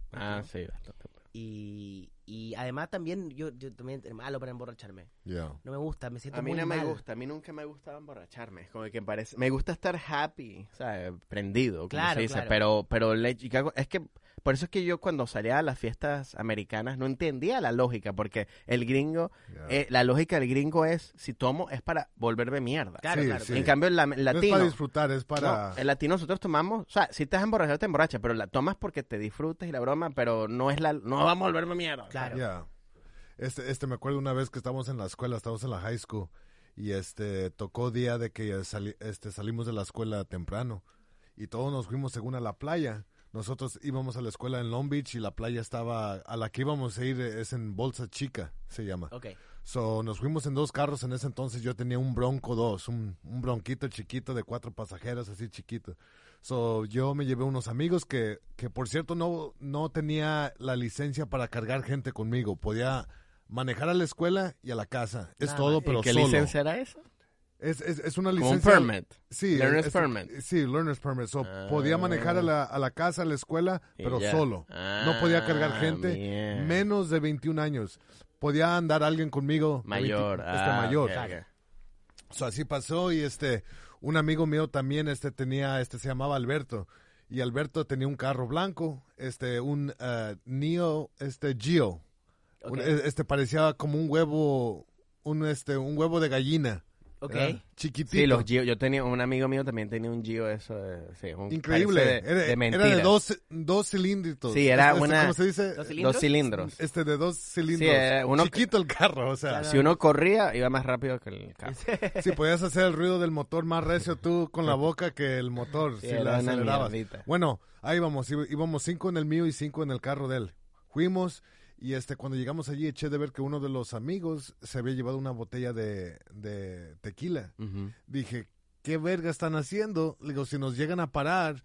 Speaker 2: 21.
Speaker 3: Ah, sí, bastante.
Speaker 2: Y, y además también, yo, yo también era malo para emborracharme.
Speaker 4: Yeah.
Speaker 2: No me gusta, me siento
Speaker 3: A mí
Speaker 2: muy
Speaker 3: no me
Speaker 2: mal.
Speaker 3: gusta, a mí nunca me gustaba emborracharme, es como que parece, me gusta estar happy, o sea, prendido, como
Speaker 2: Claro,
Speaker 3: se dice,
Speaker 2: claro.
Speaker 3: pero, pero le- y cago- es que, por eso es que yo cuando salía a las fiestas americanas no entendía la lógica, porque el gringo,
Speaker 4: yeah.
Speaker 3: eh, la lógica del gringo es, si tomo es para volverme mierda.
Speaker 2: Claro,
Speaker 4: Sí,
Speaker 2: claro.
Speaker 4: sí.
Speaker 3: En cambio, el, la- el
Speaker 4: No es para
Speaker 3: latino,
Speaker 4: disfrutar, es para...
Speaker 3: no, el latino nosotros tomamos, o sea, si te has emborrachado te emborrachas, pero la tomas porque te disfrutas y la broma, pero no es la, no vamos a volverme mierda.
Speaker 2: Claro.
Speaker 4: Ya. Este, este, me acuerdo una vez que estábamos en la escuela, estábamos en la high school, y este, tocó día de que sali- este, salimos de la escuela temprano, y todos nos fuimos según a la playa. Nosotros íbamos a la escuela en Long Beach y la playa estaba, a la que íbamos a ir eh, es en Bolsa Chica, se llama.
Speaker 2: Ok.
Speaker 4: So, nos fuimos en dos carros. En ese entonces yo tenía un Bronco 2, un, un bronquito chiquito de cuatro pasajeros, así chiquito. So, yo me llevé unos amigos que, que por cierto, no, no tenía la licencia para cargar gente conmigo. Podía manejar a la escuela y a la casa. Es
Speaker 2: Nada
Speaker 4: todo,
Speaker 2: más.
Speaker 4: pero
Speaker 3: ¿Qué
Speaker 4: solo.
Speaker 3: licencia era esa?
Speaker 4: Es, es, es una
Speaker 3: Como un
Speaker 4: licencia.
Speaker 3: permit.
Speaker 4: Sí,
Speaker 3: Learner's
Speaker 4: este-
Speaker 3: permit.
Speaker 4: Sí, learner's permit. So,
Speaker 3: Ah.
Speaker 4: podía manejar a la, a la casa, a la escuela,
Speaker 3: Y
Speaker 4: pero
Speaker 3: ya.
Speaker 4: solo. no podía cargar
Speaker 3: Ah,
Speaker 4: gente
Speaker 3: bien.
Speaker 4: menos de 21 años. Podía andar alguien conmigo. de 20
Speaker 3: Mayor.
Speaker 4: este
Speaker 3: ah,
Speaker 4: mayor.
Speaker 3: ok, ok.
Speaker 4: So, así pasó y este un amigo mío también este tenía este se llamaba Alberto y Alberto tenía un carro blanco este un eh, Neo este Geo
Speaker 2: Ok.
Speaker 4: Un- e- este parecía como un huevo un este un huevo de gallina
Speaker 2: Ok.
Speaker 4: Era Chiquitito.
Speaker 3: Sí, los Gio. Yo tenía un amigo mío también tenía un Gio, eso. De, sí, un-
Speaker 4: Increíble.
Speaker 3: parece
Speaker 4: era, era de
Speaker 3: mentiras.
Speaker 4: dos, dos cilíndritos.
Speaker 3: Sí, era
Speaker 4: Este- este,
Speaker 3: una-
Speaker 4: ¿Cómo se dice?
Speaker 2: Dos cilindros.
Speaker 3: Dos cilindros.
Speaker 4: Este de dos cilindros.
Speaker 3: Sí, era uno-
Speaker 4: Chiquito el carro, o sea.
Speaker 2: Claro.
Speaker 3: Si uno corría, iba más rápido que el carro.
Speaker 4: Si podías hacer el ruido del motor más recio tú con la boca que el motor,
Speaker 3: Sí,
Speaker 4: si
Speaker 3: era
Speaker 4: la
Speaker 3: una
Speaker 4: acelerabas.
Speaker 3: mierdita.
Speaker 4: Bueno, ahí vamos, íb- íbamos cinco en el mío y cinco en el carro de él. Fuimos y este cuando llegamos allí eché de ver que uno de los amigos se había llevado una botella de, de tequila.
Speaker 3: Ujú.
Speaker 4: Dije, ¿qué verga están haciendo? Le digo, si nos llegan a parar,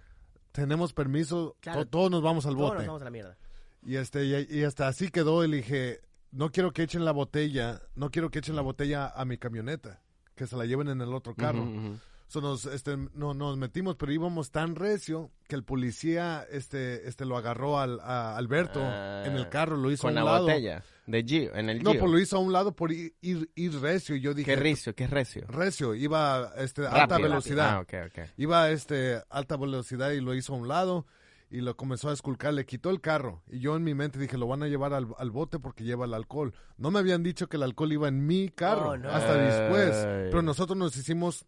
Speaker 4: tenemos permiso,
Speaker 2: Claro.
Speaker 4: to- todos nos vamos al
Speaker 2: Todos
Speaker 4: bote.
Speaker 2: nos vamos a la mierda.
Speaker 4: Y este y, y hasta así quedó y le dije, no quiero que echen la botella, no quiero que echen la botella a mi camioneta, que se la lleven en el otro carro.
Speaker 3: Ujú, ujú.
Speaker 4: So, nos, este, no, nos metimos, pero íbamos tan recio que el policía este, este, lo agarró al, a Alberto
Speaker 3: Ah,
Speaker 4: en el carro, lo hizo
Speaker 3: Con
Speaker 4: a
Speaker 3: la
Speaker 4: un lado.
Speaker 3: botella de Gio, en el
Speaker 4: No,
Speaker 3: Gio.
Speaker 4: pues lo hizo a un lado por ir, ir, ir recio. Y yo dije,
Speaker 3: Qué recio, qué recio.
Speaker 4: recio, iba este, a alta
Speaker 3: Rápido.
Speaker 4: velocidad.
Speaker 3: Ah, ok, ok.
Speaker 4: Iba a este, alta velocidad y lo hizo a un lado y lo comenzó a esculcar, le quitó el carro. Y yo en mi mente dije, lo van a llevar al, al bote porque lleva el alcohol. No me habían dicho que el alcohol iba en mi carro
Speaker 2: Oh, no.
Speaker 4: hasta después.
Speaker 3: Ay.
Speaker 4: Pero nosotros nos hicimos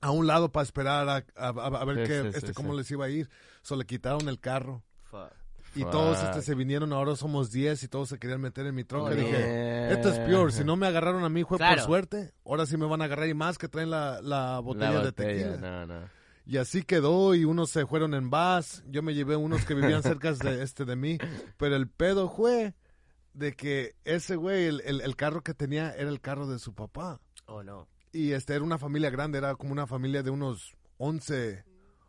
Speaker 4: a un lado para esperar a, a- a- a ver
Speaker 3: Sí,
Speaker 4: qué,
Speaker 3: sí,
Speaker 4: este,
Speaker 3: sí,
Speaker 4: cómo
Speaker 3: sí.
Speaker 4: les iba a ir. So, le quitaron el carro.
Speaker 2: Fuck.
Speaker 4: Y todos
Speaker 3: Fuck.
Speaker 4: este, se vinieron, ahora somos 10 y todos se querían meter en mi troca.
Speaker 2: Oh,
Speaker 4: dije, esto es peor, si no me agarraron a mí fue
Speaker 2: Claro.
Speaker 4: por suerte, ahora sí me van a agarrar y más que traen la, la botella,
Speaker 3: La
Speaker 4: de
Speaker 3: botella,
Speaker 4: tequila.
Speaker 3: No, no.
Speaker 4: Y así quedó y unos se fueron en bus. Yo me llevé unos que vivían cerca de
Speaker 3: *laughs*
Speaker 4: este de mí. Pero el pedo fue de que ese güey, el, el- el carro que tenía era el carro de su papá.
Speaker 2: Oh, no.
Speaker 4: Y este era una familia grande, era como una familia de unos 11,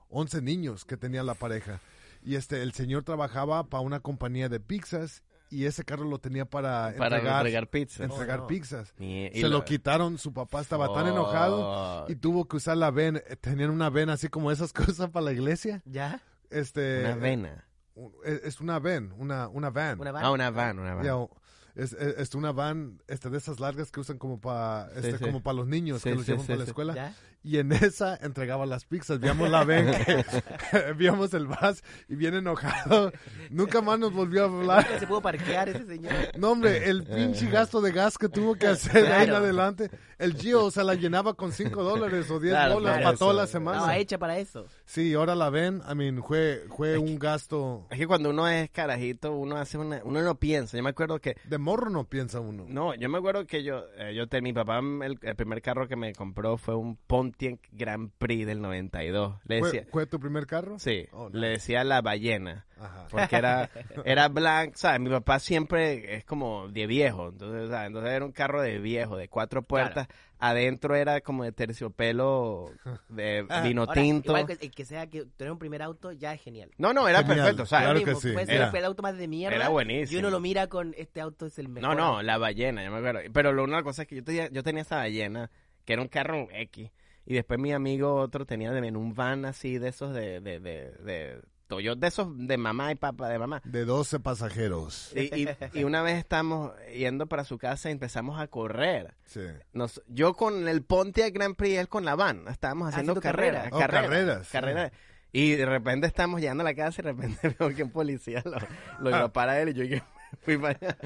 Speaker 4: 11 niños que tenía la pareja. Y este, el señor trabajaba para una compañía de pizzas y ese carro lo tenía para,
Speaker 3: Para
Speaker 4: entregar,
Speaker 3: entregar pizza.
Speaker 4: entregar
Speaker 2: Oh, no.
Speaker 4: pizzas.
Speaker 3: Ni- y Oh.
Speaker 4: Se lo quitaron, su papá estaba tan enojado y
Speaker 3: Fuck.
Speaker 4: tuvo que usar la ven, eh, tenían una ven así como esas *laughs* cosas para la iglesia.
Speaker 2: ¿Ya?
Speaker 4: Este,
Speaker 3: Una vena.
Speaker 4: un- Es, es una ven, una, una van.
Speaker 2: ¿Una
Speaker 3: Ah,
Speaker 2: van?
Speaker 3: una van, una van.
Speaker 4: Ya, o- es, es- es una van este, de esas largas que usan como para este,
Speaker 3: sí.
Speaker 4: como para los niños
Speaker 3: Sí,
Speaker 4: que los
Speaker 3: sí,
Speaker 4: llevan
Speaker 3: sí,
Speaker 4: para la
Speaker 3: sí.
Speaker 4: escuela.
Speaker 2: ¿Ya?
Speaker 4: Y en esa entregaba las pizzas. Viamos la ven, que-
Speaker 3: *laughs*
Speaker 4: *laughs* viamos el bus y bien enojado. Nunca más nos volvió a
Speaker 2: Nunca se
Speaker 4: hablar.
Speaker 2: pudo parquear
Speaker 4: *laughs*
Speaker 2: ese señor.
Speaker 4: No, hombre, el pinche gasto de gas que tuvo que hacer de ahí en
Speaker 2: Claro.
Speaker 4: adelante. El Gio, o sea, la llenaba con 5 dólares o 10
Speaker 3: Claro,
Speaker 4: bolas
Speaker 3: claro,
Speaker 4: para toda
Speaker 3: eso.
Speaker 4: la semana.
Speaker 2: Estaba hecha para eso.
Speaker 4: Sí, ahora la ven. I mean, fue, fue un gasto.
Speaker 3: Es que cuando uno es carajito, uno hace una, uno no piensa. Yo me acuerdo que,
Speaker 4: De morro no piensa uno.
Speaker 3: no, yo me acuerdo que yo, eh, yo te- mi papá, m- el, el primer carro que me compró fue un Pontiac Grand Prix del 92. Le decía,
Speaker 4: ¿Fue, fue tu primer carro?
Speaker 3: sí,
Speaker 4: Oh,
Speaker 3: le
Speaker 4: nice.
Speaker 3: decía la ballena.
Speaker 4: Ajá.
Speaker 3: Porque
Speaker 4: *laughs*
Speaker 3: era, era blanco, ¿sabes? Mi papá siempre es como de viejo, entonces, ¿sabes? Entonces era un carro de viejo, de cuatro puertas. Adentro era como de terciopelo, de
Speaker 2: *laughs*
Speaker 3: vino
Speaker 2: Ahora,
Speaker 3: tinto.
Speaker 2: igual que, el que sea que tener un primer auto ya es genial.
Speaker 3: No, no, era
Speaker 4: Genial.
Speaker 3: perfecto, ¿sabes?
Speaker 4: Claro
Speaker 2: Lo
Speaker 4: que
Speaker 2: mismo,
Speaker 4: sí,
Speaker 2: Puede
Speaker 3: era-
Speaker 2: ser el auto más de mierda.
Speaker 3: era buenísimo.
Speaker 2: Y uno lo mira con este auto es el mejor.
Speaker 3: No, no, la ballena, yo me acuerdo. Pero lo, una cosa es que yo tenía, yo tenía esa ballena, que era un carro X, y después mi amigo otro tenía también un van así de esos de, de, de, de Toyota, de esos de mamá y papá, de mamá.
Speaker 4: De 12 pasajeros.
Speaker 3: Y, y- y una vez estamos yendo para su casa y empezamos a correr.
Speaker 4: Sí.
Speaker 3: Nos- yo con el Pontiac Grand Prix, él con la van. Estábamos haciendo,
Speaker 2: Haciendo
Speaker 3: carreras.
Speaker 2: carreras.
Speaker 4: Oh, carreras, sí.
Speaker 3: carreras. Y de repente estamos llegando a la casa y de repente *laughs* veo que un policía lo, lo
Speaker 4: Ah.
Speaker 3: iba para él y yo dije, *laughs* fui para allá.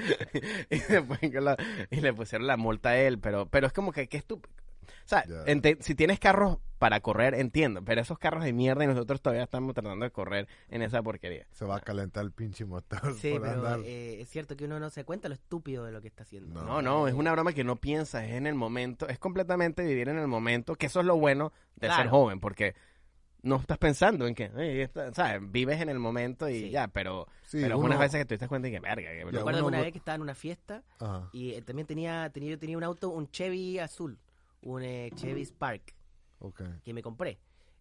Speaker 3: Y, después que la- y le pusieron la multa a él. Pero, pero es como que, qué estúpido. O sea,
Speaker 4: Ya.
Speaker 3: ente- si tienes carros para correr, entiendo. Pero esos carros de mierda y nosotros todavía estamos tratando de correr en esa porquería.
Speaker 4: Se va a calentar el pinche motor
Speaker 2: Sí,
Speaker 4: por andar.
Speaker 2: pero eh, es cierto que uno no se cuenta lo estúpido de lo que está haciendo.
Speaker 4: No.
Speaker 3: No, no, es una broma que no piensas, es en el momento, es completamente vivir en el momento, que eso es lo bueno de ser
Speaker 2: Claro.
Speaker 3: joven, porque no estás pensando en que, "Ey, esta", ¿sabes? Vives en el momento y
Speaker 2: Sí.
Speaker 3: ya, pero,
Speaker 4: Sí, uno-
Speaker 3: pero algunas veces que tú te das cuenta y que, verga, que
Speaker 4: Ya,
Speaker 2: Me
Speaker 3: broma".
Speaker 2: acuerdo
Speaker 4: uno-
Speaker 2: una vez que estaba en una fiesta
Speaker 4: Ajá.
Speaker 2: y eh, también tenía, tenía, yo tenía un auto, un Chevy azul, un eh, Chevy Spark.
Speaker 4: Ok.
Speaker 2: que me compré.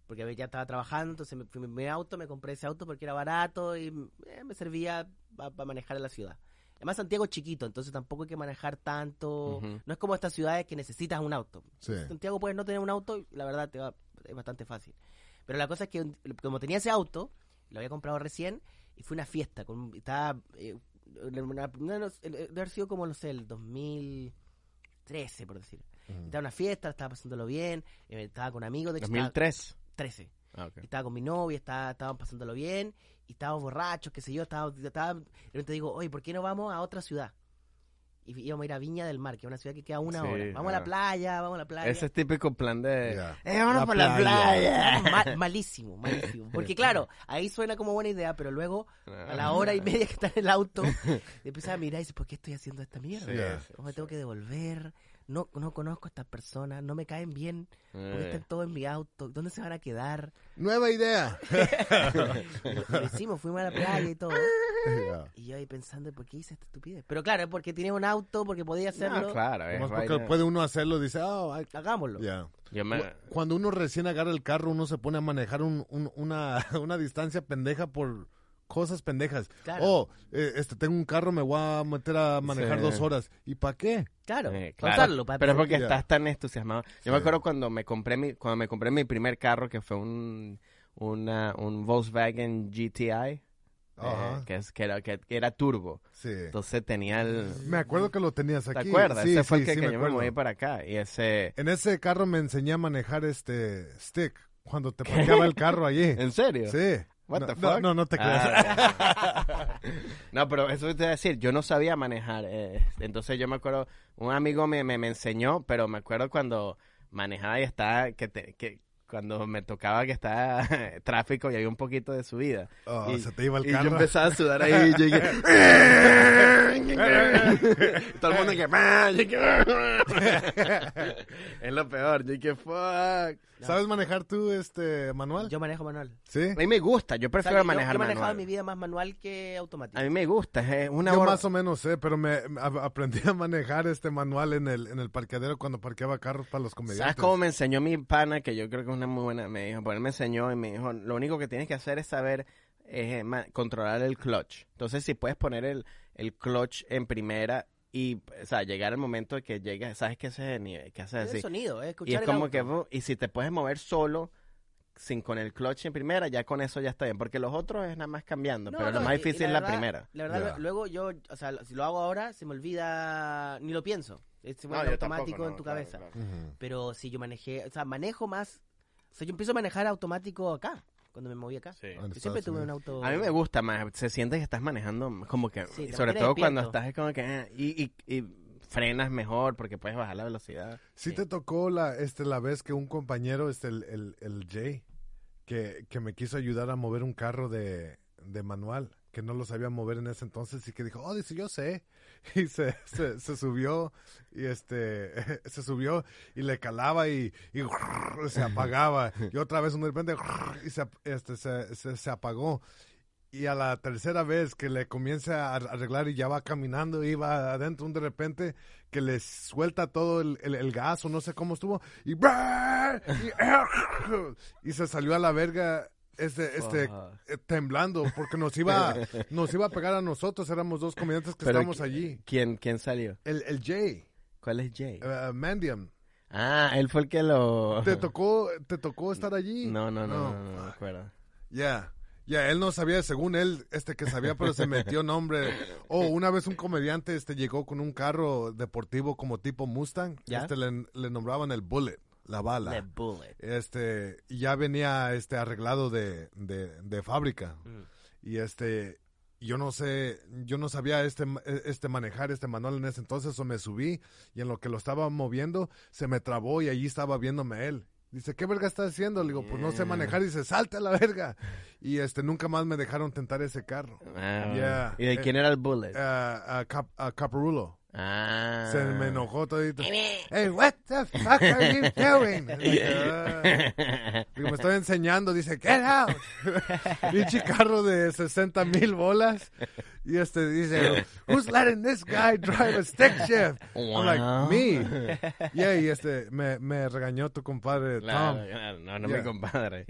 Speaker 2: Porque ya estaba trabajando, entonces me fui a mi primer auto, me compré ese auto porque era barato y eh, me servía para manejar en la ciudad. Además, Santiago es chiquito, entonces tampoco hay que manejar tanto.
Speaker 3: Ujú.
Speaker 2: No es como estas ciudades que necesitas un auto.
Speaker 4: Sí.
Speaker 2: Santiago puedes no tener un auto y la verdad te va, es bastante fácil. Pero la cosa es que un- como tenía ese auto, lo había comprado recién y fue una fiesta. Con, estaba, eh, en una- no, no, el- el- debe haber sido como, no sé, el 2013, por decir.
Speaker 3: Mm.
Speaker 4: Ujú.
Speaker 2: Estaba en una fiesta, estaba pasándolo bien, eh, estaba con amigos, de hecho, estaba-
Speaker 3: 2003.
Speaker 2: 13.
Speaker 3: Ah, ok.
Speaker 2: Estaba con mi novia, estaba, estaban pasándolo bien, y estábamos borrachos, qué sé yo, estábamos, estábamos- de repente digo, oye, ¿por qué no vamos a otra ciudad? y íbamos a ir a Viña del Mar, que es una ciudad que queda una
Speaker 3: Sí,
Speaker 2: hora. Vamos a la
Speaker 3: claro.
Speaker 2: playa, vamos a la playa.
Speaker 3: Ese es típico plan de...
Speaker 4: Ya.
Speaker 3: ¡Eh, vámonos
Speaker 4: La
Speaker 3: por la
Speaker 4: playa.
Speaker 3: playa!
Speaker 2: Ma- malísimo, malísimo.
Speaker 3: *laughs*
Speaker 2: Porque claro, ahí suena como buena idea, pero luego a la hora
Speaker 3: Ah,
Speaker 2: y media que está en el
Speaker 3: *laughs*
Speaker 2: auto, empiezas a mirar y dices, ¿por qué estoy haciendo esta mierda?
Speaker 4: Sí,
Speaker 2: ¿Cómo me tengo que devolver? No, no conozco a estas personas, no me caen bien, porque están todos en mi auto, ¿dónde se van a quedar?
Speaker 4: Nueva
Speaker 3: *laughs*
Speaker 4: idea. *laughs*
Speaker 2: Lo hicimos, fuimos a la playa y todo.
Speaker 4: Ya.
Speaker 2: Y yo ahí pensando, ¿por qué hice esta estupidez? Pero claro, es porque tienes un auto, porque podías hacerlo.
Speaker 3: No, Ah, claro, es
Speaker 4: Nomás porque
Speaker 3: vaina.
Speaker 4: puede uno hacerlo, dice, "Ah, ay".
Speaker 2: Hagámoslo.
Speaker 4: Ya.
Speaker 3: Yo me-
Speaker 4: Cuando uno recién agarra el carro, uno se pone a manejar un- un- una, *laughs* una distancia pendeja por cosas pendejas.
Speaker 2: Claro.
Speaker 4: Oh, eh, este, tengo un carro, me voy a meter a manejar
Speaker 3: Sí.
Speaker 4: dos horas. ¿Y para qué?
Speaker 2: Claro,
Speaker 3: Eh,
Speaker 2: pa'
Speaker 3: claro.
Speaker 2: usarlo, pa-
Speaker 3: pero es porque
Speaker 4: Ya.
Speaker 3: estás tan entusiasmado. Yo
Speaker 4: Sí.
Speaker 3: me acuerdo cuando me compré mi cuando me compré mi primer carro que fue un una- un Volkswagen GTI eh,
Speaker 4: Ajá,
Speaker 3: que es que era que era turbo.
Speaker 4: sí.
Speaker 3: Entonces tenía el
Speaker 4: Me acuerdo que lo tenías
Speaker 3: ¿Te
Speaker 4: aquí.
Speaker 3: acuerdas?
Speaker 4: Sí,
Speaker 3: ese fue
Speaker 4: sí,
Speaker 3: el que,
Speaker 4: sí,
Speaker 3: que
Speaker 4: me
Speaker 3: yo me
Speaker 4: acuerdo.
Speaker 3: moví para acá y ese
Speaker 4: En ese carro me enseñé a manejar este stick cuando te parqueaba el carro allí.
Speaker 3: *laughs* ¿En serio?
Speaker 4: Sí.
Speaker 3: What
Speaker 4: no,
Speaker 3: the
Speaker 4: no,
Speaker 3: fuck?
Speaker 4: no, no te
Speaker 3: *laughs*
Speaker 4: creas.
Speaker 3: Ah, *laughs* no, pero eso te voy a decir, yo no sabía manejar. eh, entonces yo me acuerdo, un amigo me, me, me enseñó, pero me acuerdo cuando manejaba y estaba, que, te- que cuando me tocaba que estaba *laughs* tráfico y había un poquito de subida.
Speaker 4: Oh,
Speaker 3: y,
Speaker 4: se te iba el
Speaker 3: y
Speaker 4: carro.
Speaker 3: yo empezaba a sudar ahí y llegué. Todo el mundo que... "Ah", yo que- *laughs* es lo peor, yo que fuck.
Speaker 4: *laughs* ¿Sabes manejar tú este manual?
Speaker 2: yo manejo manual.
Speaker 4: sí.
Speaker 3: A mí me gusta, yo
Speaker 2: O sea,
Speaker 3: prefiero
Speaker 2: que yo-
Speaker 3: manejar
Speaker 2: yo he manejado
Speaker 3: manual.
Speaker 2: mi vida más manual que automática.
Speaker 3: A mí me gusta, es una
Speaker 4: Yo
Speaker 3: hora-
Speaker 4: más o menos sé, pero me, me a- aprendí a manejar este manual en el, en el parqueadero cuando parqueaba carros para los
Speaker 3: ¿Sabes
Speaker 4: comediantes.
Speaker 3: cómo me enseñó mi pana? Que yo creo que es una muy buena. Me dijo, pues él me enseñó y me dijo, lo único que tienes que hacer es saber eh, ma- controlar el clutch. Entonces, si puedes poner el, el clutch en primera y, o sea, llegar al momento de que llega, ¿sabes qué hace? ¿Qué hace
Speaker 2: Es el
Speaker 3: así?
Speaker 2: sonido, es escuchar
Speaker 3: Ah, Y es
Speaker 2: el
Speaker 3: como
Speaker 2: auto.
Speaker 3: que, bu- y si te puedes mover solo, sin con el clutch en primera, ya con eso ya está bien. Porque los otros es nada más cambiando,
Speaker 2: No,
Speaker 3: pero
Speaker 2: no,
Speaker 3: lo más
Speaker 2: y- y
Speaker 3: difícil es la
Speaker 2: verdad-
Speaker 3: primera.
Speaker 2: La verdad,
Speaker 4: Ya.
Speaker 2: lo- luego yo, o sea, lo- si lo hago ahora, se me olvida, ni lo pienso. Es se vuelve
Speaker 3: yo
Speaker 2: automático
Speaker 3: tampoco, no,
Speaker 2: en tu
Speaker 3: claro,
Speaker 2: cabeza.
Speaker 3: claro.
Speaker 4: Ujú.
Speaker 2: Pero si yo manejé, o sea, manejo más, o sea, yo empiezo a manejar automático acá, cuando me moví acá.
Speaker 3: Sí.
Speaker 4: En
Speaker 2: Yo siempre
Speaker 4: Estados
Speaker 2: tuve un
Speaker 4: Unidos.
Speaker 2: auto...
Speaker 3: A mí me gusta más, se siente que estás manejando como que,
Speaker 2: Sí, te
Speaker 3: sobre
Speaker 2: mantienes
Speaker 3: todo cuando
Speaker 2: despierto.
Speaker 3: estás como que, eh, y, y- y frenas mejor porque puedes bajar la velocidad.
Speaker 4: Sí
Speaker 2: Sí.
Speaker 4: te tocó la, este, la vez que un compañero, este, el, el, el Jay, que, que me quiso ayudar a mover un carro de, de manual, que no lo sabía mover en ese entonces, y que dijo, oh, dice, yo sé. *laughs* Y se, se, se subió, y este, *laughs* se subió, y le calaba, y, y se apagaba. Y otra vez, de repente, y se, este, se, se, se apagó. Y a la tercera vez que le comienza a arreglar y ya va caminando, iba adentro, un de repente que le suelta todo el, el- el gas o no sé cómo estuvo y, y, *laughs* se salió a la verga este este
Speaker 3: Fuck.
Speaker 4: eh, temblando porque nos
Speaker 3: *laughs*
Speaker 4: iba nos iba a pegar a nosotros éramos dos comediantes que
Speaker 3: Pero
Speaker 4: estábamos
Speaker 3: qui-
Speaker 4: allí
Speaker 3: ¿Quién, quién salió?
Speaker 4: el, el Jay
Speaker 3: ¿Cuál es Jay?
Speaker 4: eh, Mandiam
Speaker 3: Ah, él fue el que lo...
Speaker 4: te tocó te tocó estar allí
Speaker 3: No, no, no, no, no, no me acuerdo.
Speaker 4: Ya, ya, él no sabía, según él, este que sabía, pero se metió
Speaker 3: *laughs*
Speaker 4: nombre. O una vez un comediante este llegó con un carro deportivo como tipo Mustang,
Speaker 2: Ya.
Speaker 4: este le, le nombraban el Bullet, la bala.
Speaker 2: The Bullet.
Speaker 4: Este, y ya venía este arreglado de, de, de fábrica.
Speaker 2: Mm.
Speaker 4: Y este, yo no sé, yo no sabía este, ma- este manejar este manual en ese entonces, o me subí y en lo que lo estaba moviendo se me trabó y allí estaba viéndome él. Dice, ¿qué verga estás haciendo? Le digo, pues no sé
Speaker 3: Yeah.
Speaker 4: manejar. Dice, salte a la verga. Y este, nunca más me dejaron tentar ese carro.
Speaker 3: Ah,
Speaker 4: Yeah.
Speaker 3: ¿Y de
Speaker 4: Eh,
Speaker 3: quién era el bullet?
Speaker 4: A, a, Cap- a Caparulo.
Speaker 3: ah.
Speaker 4: Se me
Speaker 3: *laughs*
Speaker 4: enojó todito. Hey, what the fuck are you doing? Like, ah. Digo, me estoy enseñando, dice, get
Speaker 3: *laughs*
Speaker 4: out. Pinche carro de 60 mil bolas. Y este dice, who's letting this guy drive a stick shift? I'm
Speaker 3: Wow.
Speaker 4: like, me. Yeah, y este, me, me regañó tu compadre
Speaker 3: *laughs* Claro,
Speaker 4: Tom.
Speaker 3: claro, no, no
Speaker 4: Yeah.
Speaker 3: me compadre.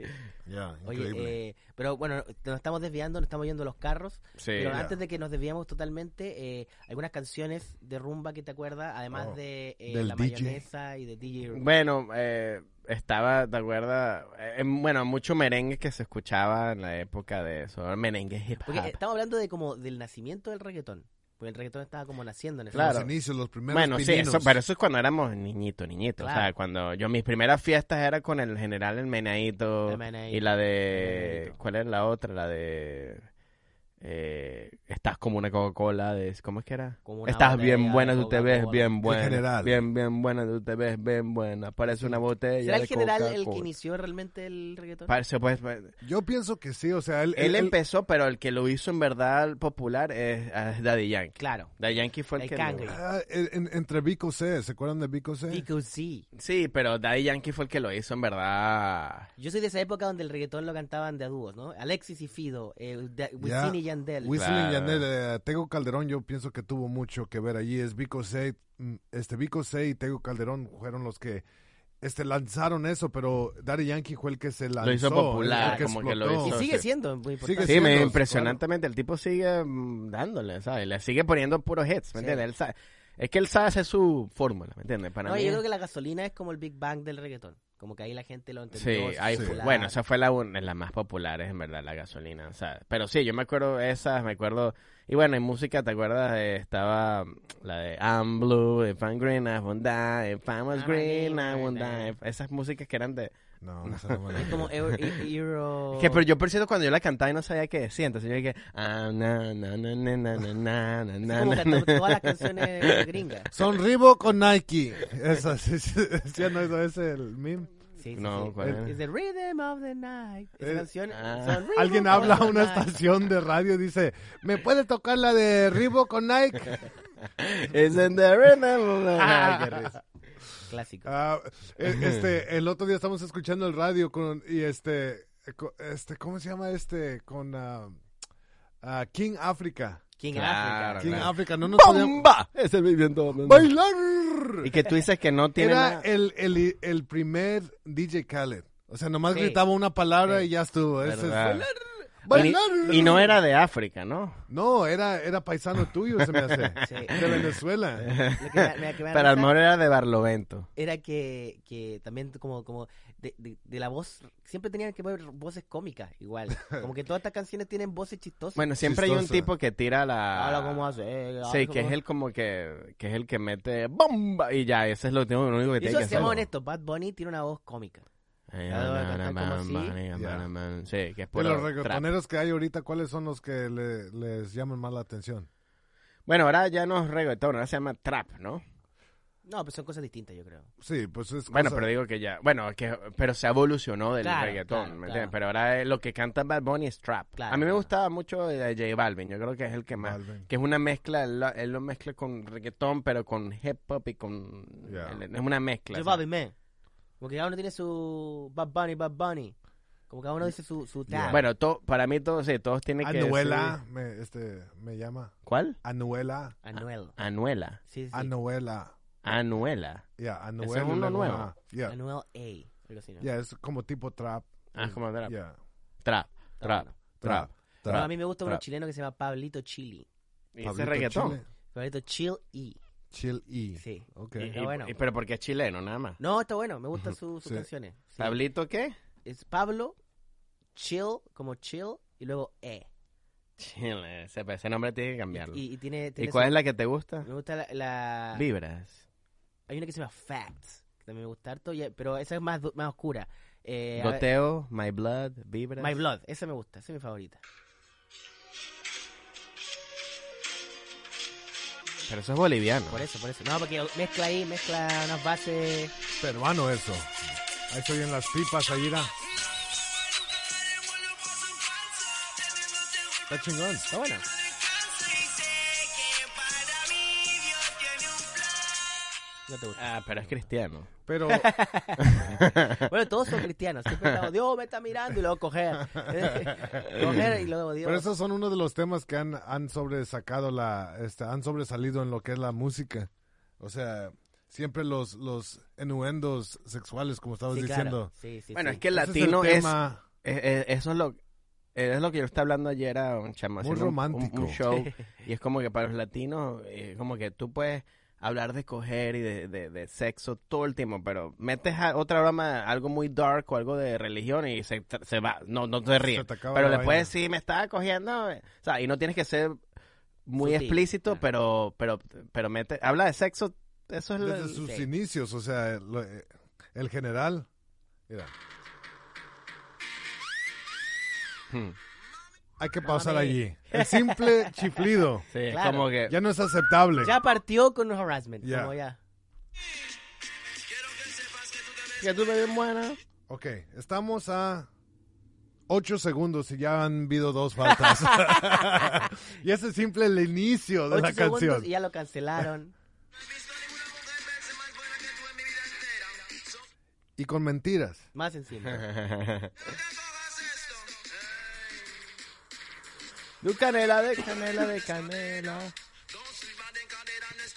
Speaker 4: Yeah, increíble.
Speaker 2: Oye, eh, pero bueno, nos estamos desviando, nos estamos yendo a los carros.
Speaker 3: Sí.
Speaker 2: Pero
Speaker 4: ya.
Speaker 2: antes de que nos desviamos totalmente, eh, algunas canciones de rumba que te acuerdas, además
Speaker 4: Oh,
Speaker 2: de eh,
Speaker 4: del
Speaker 2: La
Speaker 4: DJ.
Speaker 2: Mayonesa y de DJ.
Speaker 3: Bueno, eh, estaba, ¿te acuerdas? Eh, bueno, mucho merengue que se escuchaba en la época de eso. Merengue hip
Speaker 2: Porque eh,
Speaker 3: hop.
Speaker 2: estamos hablando de como del nacimiento del reggaetón. Porque el reggaetón estaba como naciendo en ese
Speaker 3: Claro.
Speaker 4: Los inicios, los primeros
Speaker 3: Bueno, sí, eso,
Speaker 4: pininos.
Speaker 3: pero eso es cuando éramos niñitos, niñitos. O
Speaker 2: Claro.
Speaker 3: sea, cuando yo mis primeras fiestas era con el general El Menadito.
Speaker 2: El Meneíto,
Speaker 3: Y la
Speaker 2: el
Speaker 3: de...
Speaker 2: Meneíto.
Speaker 3: ¿Cuál era la otra? La de... eh, estás como una Coca-Cola, de, ¿cómo es que era?
Speaker 2: Como una
Speaker 3: Estás
Speaker 2: botella
Speaker 3: bien buena,
Speaker 2: de
Speaker 3: tú te ves
Speaker 2: Coca-Cola.
Speaker 3: bien buena.
Speaker 4: general.
Speaker 3: Bien, bien buena, tú te ves bien buena. Parece una botella
Speaker 2: ¿Será el
Speaker 3: de
Speaker 2: general el que
Speaker 3: Coca-Cola.
Speaker 2: inició realmente el reggaetón?
Speaker 3: Parece, pues, pues,
Speaker 4: Yo pienso que sí, o sea, él, él-
Speaker 3: él empezó, pero el que lo hizo en verdad popular es, es Daddy Yankee.
Speaker 2: claro.
Speaker 3: Daddy Yankee fue el,
Speaker 2: El
Speaker 3: que...
Speaker 4: él-
Speaker 2: Kangri.
Speaker 3: Lo...
Speaker 4: ah, en- entre Vico C, ¿se acuerdan de Vico C?
Speaker 2: Because sí.
Speaker 3: Sí, pero Daddy Yankee fue el que lo hizo en verdad.
Speaker 2: Yo soy de esa época donde el reggaetón lo cantaban de a dúos, ¿no? Alexis y Fido, eh, de- Wisin y Yandel.
Speaker 4: Wisin
Speaker 3: Claro.
Speaker 4: y Yandel, eh, Tego Calderón yo pienso que tuvo mucho que ver allí, es Vico C, mm, este Vico C y Tego Calderón fueron los que este lanzaron eso, pero Daddy Yankee fue el que se lanzó,
Speaker 3: hizo
Speaker 4: el
Speaker 3: popular,
Speaker 4: que
Speaker 3: como que lo
Speaker 4: explotó.
Speaker 2: y
Speaker 3: hizo-
Speaker 2: sigue
Speaker 3: sí.
Speaker 2: siendo muy
Speaker 4: Sigue
Speaker 2: importante.
Speaker 3: Sí, me
Speaker 4: siendo,
Speaker 3: impresionantemente. El tipo sigue mm, dándole, ¿sabes? Le sigue poniendo puros hits, ¿me
Speaker 2: Sí.
Speaker 3: entiendes? Él sabe- Es que él sabe hacer su fórmula, ¿me entiendes? Para
Speaker 2: No,
Speaker 3: mí...
Speaker 2: yo creo que la gasolina es como el Big Bang del reggaetón. Como que ahí la gente lo entendió.
Speaker 3: Sí,
Speaker 2: se
Speaker 3: ahí
Speaker 2: hizo
Speaker 3: fue.
Speaker 2: popular.
Speaker 3: Bueno, esa fue la, un- de las más populares, en verdad, la gasolina. O sea, pero sí, yo me acuerdo esas, me acuerdo. Y bueno, en música, ¿te acuerdas? de- estaba la de I'm Blue, If I'm Green, I won't die, If I was
Speaker 2: Ah,
Speaker 3: Green, I
Speaker 2: sí,
Speaker 3: won't
Speaker 2: sí.
Speaker 3: die. Esas músicas que eran de.
Speaker 4: No, esa no me la-
Speaker 2: Es *laughs*
Speaker 3: *laughs*
Speaker 2: como Euro... e- Euro-
Speaker 3: Que, pero yo, por cierto, cuando yo la cantaba y no sabía qué decía, entonces yo dije. Ah, na, na, na, na, na, na, na, na,
Speaker 2: Es
Speaker 3: na,
Speaker 2: como
Speaker 3: *laughs* na,
Speaker 2: cantar
Speaker 3: na".
Speaker 2: todas las canciones gringas.
Speaker 4: Son Reebok o Nike. Esa, *laughs* sí, sí, sí, no, eso es el meme.
Speaker 2: Sí, sí,
Speaker 3: No,
Speaker 2: sí.
Speaker 3: ¿cuál era?
Speaker 2: It's the rhythm of the night. Esa
Speaker 4: Eh,
Speaker 2: canción...
Speaker 3: ah.
Speaker 2: son rhythm
Speaker 4: *laughs* Alguien
Speaker 2: of
Speaker 4: habla a
Speaker 2: the
Speaker 4: una
Speaker 2: night.
Speaker 4: estación de radio y dice, ¿me puede tocar la de Reebok o Nike?
Speaker 3: Isn't there another- Ay, qué risa.
Speaker 2: Clásico.
Speaker 4: Ah, eh, este,
Speaker 3: *laughs*
Speaker 4: el otro día estamos escuchando el radio con, y este, eh, co- este, ¿cómo se llama este? Con ah, ah, King Africa.
Speaker 2: King
Speaker 3: Claro,
Speaker 2: Africa.
Speaker 4: King
Speaker 3: claro.
Speaker 4: Africa, no nos podíamos
Speaker 3: ¡Bomba! Ese viviendo.
Speaker 4: bailar.
Speaker 3: Y que tú dices que no tiene.
Speaker 4: Era
Speaker 3: nada-
Speaker 4: el, el, el primer DJ Khaled. O sea, nomás
Speaker 2: Sí.
Speaker 4: gritaba una palabra
Speaker 2: Sí.
Speaker 4: y ya estuvo. Ese es-
Speaker 3: ¿Verdad? Y,
Speaker 4: bailar.
Speaker 3: y no era de África, ¿no?
Speaker 4: No, era, era paisano tuyo, se me hace.
Speaker 2: Sí.
Speaker 4: De
Speaker 3: *laughs*
Speaker 4: Venezuela.
Speaker 2: Lo que me- me- que me da
Speaker 3: Pero a lo
Speaker 2: risa-
Speaker 3: mejor era de Barlovento.
Speaker 2: era que, que también como, como de, de- de la voz, siempre tenían que ver voces cómicas igual. Como que todas estas canciones tienen voces chistosas.
Speaker 3: Bueno, siempre hay un
Speaker 4: Chistosa.
Speaker 3: tipo que tira la...
Speaker 2: Habla como hace. eh,
Speaker 3: Sí,
Speaker 2: habla
Speaker 3: que es
Speaker 2: como-
Speaker 3: el como que... Que es el que mete bomba y ya, ese es lo, último- lo único que
Speaker 2: Y
Speaker 3: tiene
Speaker 2: eso,
Speaker 3: que hacer.
Speaker 2: seamos honestos, Bad Bunny tiene una voz cómica.
Speaker 3: Ay,
Speaker 2: Claro,
Speaker 3: na, na,
Speaker 2: cantan
Speaker 3: na,
Speaker 2: como
Speaker 3: man,
Speaker 2: así.
Speaker 3: man,
Speaker 4: Ya.
Speaker 3: man, man. Sí, que es
Speaker 4: De
Speaker 3: puro
Speaker 4: los
Speaker 3: trap.
Speaker 4: reggaetoneros que hay ahorita, ¿cuáles son los que le- les llaman más la atención?
Speaker 3: Bueno, ahora ya no es reggaetón, ahora se llama trap, ¿no?
Speaker 2: No, pero son cosas distintas, yo creo.
Speaker 4: Sí, pues es
Speaker 3: Bueno,
Speaker 4: cosa-
Speaker 3: pero digo que ya... Bueno, que, pero se evolucionó del
Speaker 2: Claro,
Speaker 3: reggaetón,
Speaker 2: claro,
Speaker 3: ¿me
Speaker 2: claro.
Speaker 3: entiendes? Pero ahora eh, lo que canta Bad Bunny es trap.
Speaker 2: Claro,
Speaker 3: a mí me
Speaker 2: claro.
Speaker 3: gustaba mucho eh, J Balvin, yo creo que es el que más...
Speaker 4: Malvin.
Speaker 3: que es una mezcla, él lo, él lo mezcla con reggaetón, pero con hip hop y con...
Speaker 4: Ya.
Speaker 3: él- Es una mezcla.
Speaker 2: Yo,
Speaker 3: ¿sabes?
Speaker 2: Bobby, man. Como que cada uno tiene su Bad Bunny, Bad Bunny. Como cada uno dice su, su tag.
Speaker 3: Bueno, to- para mí todos, sí, todos tienen que...
Speaker 4: Anuela
Speaker 3: decir-
Speaker 4: me, este, me llama.
Speaker 3: ¿Cuál?
Speaker 4: Anuela.
Speaker 2: Anuel.
Speaker 3: Anuela.
Speaker 2: Sí,
Speaker 4: Ah,
Speaker 2: sí.
Speaker 4: Anuela.
Speaker 3: Anuela.
Speaker 4: Ya, Anuela.
Speaker 3: Ese es uno
Speaker 4: y luego
Speaker 3: nuevo.
Speaker 4: una- Ya,
Speaker 2: Anuel A. algo así, ¿no?
Speaker 4: ya, es como tipo trap.
Speaker 3: Ah, es como trap.
Speaker 4: Ya,
Speaker 3: Trap,
Speaker 2: Está
Speaker 3: trap,
Speaker 2: bueno.
Speaker 3: trap.
Speaker 2: No,
Speaker 3: trap.
Speaker 2: a mí me gusta uno
Speaker 3: trap.
Speaker 2: chileno que se llama Pablito Chili.
Speaker 3: Y ese
Speaker 4: Pablito
Speaker 3: reggaetón.
Speaker 2: Pablito Chill E.
Speaker 4: Chill, Chill E.
Speaker 2: Sí.
Speaker 4: Ok.
Speaker 3: Y- y-
Speaker 2: Está bueno.
Speaker 3: y- pero porque es chileno, nada más.
Speaker 2: No, está bueno, me gustan su- sus
Speaker 4: Sí.
Speaker 2: canciones. Sí.
Speaker 3: ¿Pablito qué?
Speaker 2: Es Pablo, chill, como chill, y luego E.
Speaker 3: Chile. Ese, ese nombre tiene que cambiarlo. ¿Y,
Speaker 2: Y, y tiene, tiene
Speaker 3: cuál
Speaker 2: su- Ah.
Speaker 3: es la que te gusta?
Speaker 2: Me gusta la, la-
Speaker 3: Vibras.
Speaker 2: Hay una que se llama Facts, que también me gusta harto, y- pero esa es más, du- más oscura. Eh, a ver,
Speaker 3: Goteo, My Blood, Vibras.
Speaker 2: My Blood, esa me gusta, esa es mi favorita.
Speaker 3: Pero eso es boliviano.
Speaker 2: Por eso, por eso. No, porque mezcla ahí, mezcla unas bases.
Speaker 4: Peruano eso. Ahí estoy en las pipas, ahí era. Está chingón.
Speaker 2: Está bueno. No te gusta.
Speaker 3: Ah, pero es cristiano.
Speaker 4: Pero,
Speaker 3: *laughs*
Speaker 2: Bueno, todos son cristianos. Siempre estamos, Dios me está mirando y luego coger. *laughs* coger y luego Dios.
Speaker 4: pero esos son uno de los temas que han, han sobresacado la, este, han sobresalido en lo que es la música. O sea, siempre los, los enuendos sexuales, como estabas
Speaker 2: Sí, claro.
Speaker 4: diciendo.
Speaker 2: Sí, sí,
Speaker 3: Bueno,
Speaker 2: sí.
Speaker 3: es que el
Speaker 4: Ese
Speaker 3: latino
Speaker 4: el
Speaker 3: es,
Speaker 4: tema.
Speaker 3: Eh, eh, eso es lo, eh, es lo que yo estaba hablando ayer a un chamo.
Speaker 4: Muy
Speaker 3: haciendo un-
Speaker 4: romántico.
Speaker 3: Un,
Speaker 4: *laughs*
Speaker 3: un show. y es como que para los latinos, eh, como que tú puedes hablar de coger y de, de- de sexo todo el tiempo, pero metes a- otra broma, algo muy dark o algo de religión y se, tra- se va, no, no te ríes.
Speaker 4: te acaba
Speaker 3: Pero
Speaker 4: la
Speaker 3: le puedes
Speaker 4: vaina.
Speaker 3: decir, me estaba cogiendo. eh, O sea, y no tienes que ser muy
Speaker 2: Sutil,
Speaker 3: explícito,
Speaker 2: claro.
Speaker 3: pero, pero, pero mete, habla de sexo, eso es lo-
Speaker 4: Desde sus
Speaker 2: Sí.
Speaker 4: inicios, o sea, lo- eh, el general. Mira.
Speaker 3: Hmm.
Speaker 4: hay que
Speaker 2: No,
Speaker 4: pausar
Speaker 2: hombre.
Speaker 4: allí. El simple
Speaker 3: *laughs*
Speaker 4: chiflido
Speaker 3: Sí, es
Speaker 2: Claro.
Speaker 3: como que...
Speaker 4: ya no es aceptable.
Speaker 2: Ya partió con un harassment.
Speaker 4: Ya.
Speaker 2: Como ya.
Speaker 3: Que tú me ves buena.
Speaker 4: Ok, estamos a ocho segundos y ya han habido dos faltas. *laughs* y ese es simple el inicio de
Speaker 2: Ocho
Speaker 4: la
Speaker 2: segundos
Speaker 4: canción.
Speaker 2: y ya lo cancelaron.
Speaker 4: Y con mentiras.
Speaker 2: Más
Speaker 3: *laughs*
Speaker 2: encima.
Speaker 3: De canela, de canela, de canela.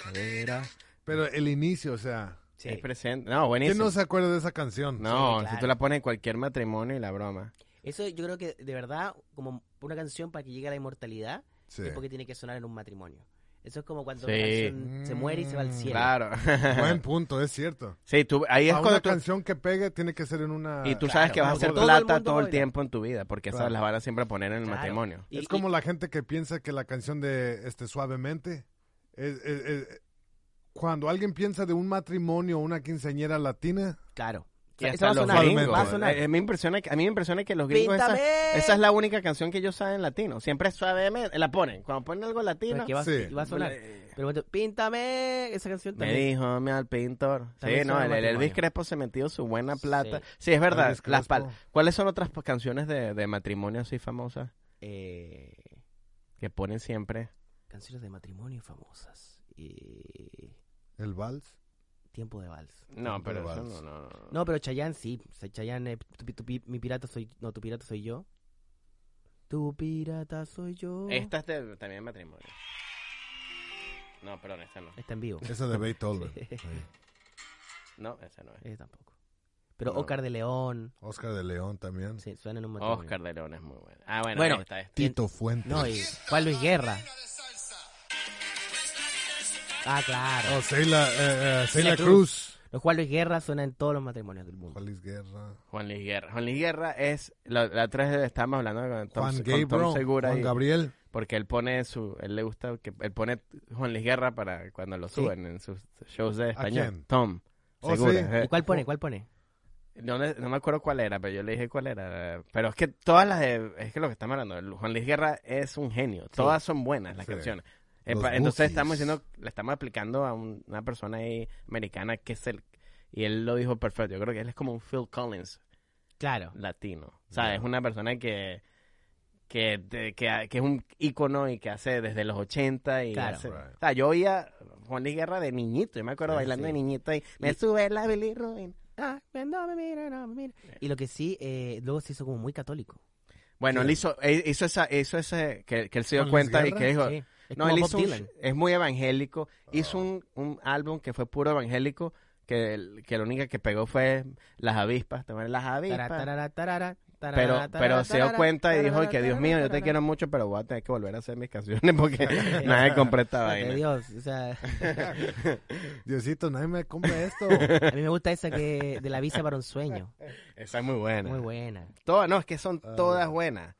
Speaker 3: Cadera.
Speaker 4: Pero el inicio, o sea,
Speaker 2: Sí.
Speaker 3: Es presente. No,
Speaker 4: ¿quién
Speaker 3: buenísimo.
Speaker 4: no se acuerda de esa canción?
Speaker 3: No,
Speaker 2: Sí, claro.
Speaker 3: si tú la pones en cualquier matrimonio y la broma.
Speaker 2: Eso yo creo que de verdad, como una canción para que llegue a la inmortalidad,
Speaker 4: Sí.
Speaker 2: es porque tiene que sonar en un matrimonio. Eso es como cuando
Speaker 3: Sí.
Speaker 2: una canción se muere y se va al cielo.
Speaker 3: Claro. *laughs*
Speaker 4: Buen punto, es cierto.
Speaker 3: Sí, tú, ahí es
Speaker 4: A una
Speaker 3: cuando tú...
Speaker 4: canción que pegue tiene que ser en una...
Speaker 3: Y tú sabes que vas a
Speaker 4: una
Speaker 3: hacer
Speaker 4: boda.
Speaker 2: Todo el
Speaker 3: plata
Speaker 2: mundo
Speaker 3: todo el
Speaker 2: baila.
Speaker 3: tiempo en tu vida, porque esas
Speaker 4: Claro.
Speaker 3: las van a siempre poner en el
Speaker 2: Claro.
Speaker 3: matrimonio.
Speaker 2: Y-
Speaker 4: Es como la gente que piensa que la canción de este suavemente es, es- es- cuando alguien piensa de un matrimonio o una quinceañera latina,
Speaker 2: y- claro.
Speaker 3: Y
Speaker 2: Eso
Speaker 3: hasta
Speaker 2: va a
Speaker 3: los
Speaker 2: sonar.
Speaker 4: gringos.
Speaker 2: Va a sonar.
Speaker 3: Eh, me impresiona que- a mí me impresiona que los gringos, esa,
Speaker 2: Píntame.
Speaker 3: esa es la única canción que ellos saben latino. Siempre es suavemente, la ponen. Cuando ponen algo
Speaker 2: Pero
Speaker 3: latino,
Speaker 2: es que va,
Speaker 4: Sí.
Speaker 2: va a sonar.
Speaker 3: Eh,
Speaker 2: Pero bueno, píntame esa canción
Speaker 3: me
Speaker 2: también.
Speaker 3: dijo mi al pintor. Sí,
Speaker 2: También
Speaker 3: no,
Speaker 2: suena
Speaker 3: el, el Elvis
Speaker 2: matrimonio.
Speaker 3: Crespo se metió su buena plata.
Speaker 2: Sí.
Speaker 3: Sí, es verdad.
Speaker 4: Elvis
Speaker 3: Las pal-
Speaker 4: Crespo.
Speaker 3: ¿Cuáles son otras pa- canciones de, de matrimonio así famosas
Speaker 2: Eh,
Speaker 3: que ponen siempre?
Speaker 2: canciones de matrimonio famosas. Y
Speaker 4: el vals.
Speaker 2: tiempo de vals.
Speaker 3: No, pero eso
Speaker 4: Vals.
Speaker 3: no, no, no.
Speaker 2: No, pero Chayanne sí. O sea, Chayanne, eh, tu, pi- tu pi- mi pirata soy... No, tu pirata soy yo. Tu pirata soy yo.
Speaker 3: Esta es de- también de matrimonio. No, perdón, esta no.
Speaker 2: Está en
Speaker 3: *laughs*
Speaker 2: vivo.
Speaker 4: Esa de Beethoven.
Speaker 2: Sí.
Speaker 4: Sí.
Speaker 3: No, esa no es.
Speaker 2: Eh, tampoco. Pero
Speaker 3: No.
Speaker 2: Oscar de León.
Speaker 4: Oscar de León también.
Speaker 2: Sí, suena en un matrimonio.
Speaker 3: Oscar de León es muy bueno. Ah, bueno,
Speaker 2: Bueno,
Speaker 3: esta, esta.
Speaker 4: Tito Fuentes.
Speaker 2: No, y Juan Luis Guerra. Ah, claro.
Speaker 4: Oh, Sheila, eh, eh, Sheila
Speaker 2: Sheila
Speaker 4: Cruz.
Speaker 2: Los Juan Luis Guerra suenan en todos los matrimonios del mundo.
Speaker 4: Juan Luis Guerra.
Speaker 3: Juan Luis Guerra. Juan Luis Guerra es. La, la otra vez estábamos hablando con Tom,
Speaker 4: Juan
Speaker 3: con Tom
Speaker 4: Gabriel.
Speaker 3: Segura.
Speaker 4: Juan
Speaker 3: y-
Speaker 4: Gabriel.
Speaker 3: porque él pone su. Él le gusta. que Él pone Juan Luis Guerra para cuando lo
Speaker 2: Sí.
Speaker 3: suben en sus shows de español.
Speaker 4: quién?
Speaker 3: Tom.
Speaker 4: Oh,
Speaker 3: Segura.
Speaker 4: sí.
Speaker 3: Eh,
Speaker 2: ¿Y cuál pone? ¿Cuál pone?
Speaker 3: No, le- no me acuerdo cuál era, pero yo le dije cuál era. Pero es que todas las de. Es que lo que estamos hablando. el Juan Luis Guerra es un genio. Todas son buenas las
Speaker 4: Sí.
Speaker 3: canciones. Eh,
Speaker 4: Los
Speaker 3: pa- entonces
Speaker 4: Bookies.
Speaker 3: estamos diciendo. Le estamos aplicando a un- una persona ahí americana que es el. Y él lo dijo perfecto. Yo creo que él es como un Phil Collins
Speaker 2: Claro.
Speaker 3: latino. O sea, es una persona que, que, te- que, que es un ícono y que hace desde los 80 y
Speaker 2: Claro.
Speaker 3: hace-
Speaker 4: Right.
Speaker 3: O sea, yo oía Juan Luis Guerra de niñito. Yo me acuerdo
Speaker 2: Sí,
Speaker 3: bailando
Speaker 2: sí.
Speaker 3: de niñito y me
Speaker 2: Y-
Speaker 3: sube la bilirrubin.
Speaker 2: Ah, no me mira, no me mira. Y lo que sí, eh, luego se hizo como muy católico.
Speaker 3: Bueno,
Speaker 4: Sí.
Speaker 3: él hizo, él hizo esa, hizo ese, que, que él se dio
Speaker 4: ¿Juan Luis
Speaker 3: cuenta y
Speaker 4: Guerra?
Speaker 3: que dijo,
Speaker 2: Sí. Es
Speaker 3: no,
Speaker 2: como
Speaker 3: él
Speaker 2: Bob
Speaker 3: hizo un-
Speaker 2: Dylan.
Speaker 3: es muy evangélico, hizo un, un álbum que fue puro evangélico, que, el- que lo única que pegó fue las avispas, tomar las
Speaker 2: Tarara,
Speaker 3: avispas.
Speaker 2: tarara, tarara, tarara,
Speaker 3: pero,
Speaker 2: tarara,
Speaker 3: pero se dio
Speaker 2: tarara,
Speaker 3: cuenta y
Speaker 2: tarara,
Speaker 3: dijo "Ay, que Dios mío, yo te
Speaker 2: tarara,
Speaker 3: quiero mucho, pero voy a tener que volver a hacer mis canciones
Speaker 2: *laughs*
Speaker 3: porque *laughs* nadie compré esta
Speaker 2: tarara".
Speaker 3: vaina.
Speaker 2: Dios, o sea,
Speaker 4: Diosito, nadie me compra
Speaker 3: *laughs*
Speaker 4: esto.
Speaker 2: a mí me gusta esa que de la visa para un sueño.
Speaker 3: Esa es muy buena.
Speaker 2: Muy buena.
Speaker 3: Todas, no, es que son
Speaker 4: Ah.
Speaker 3: todas buenas.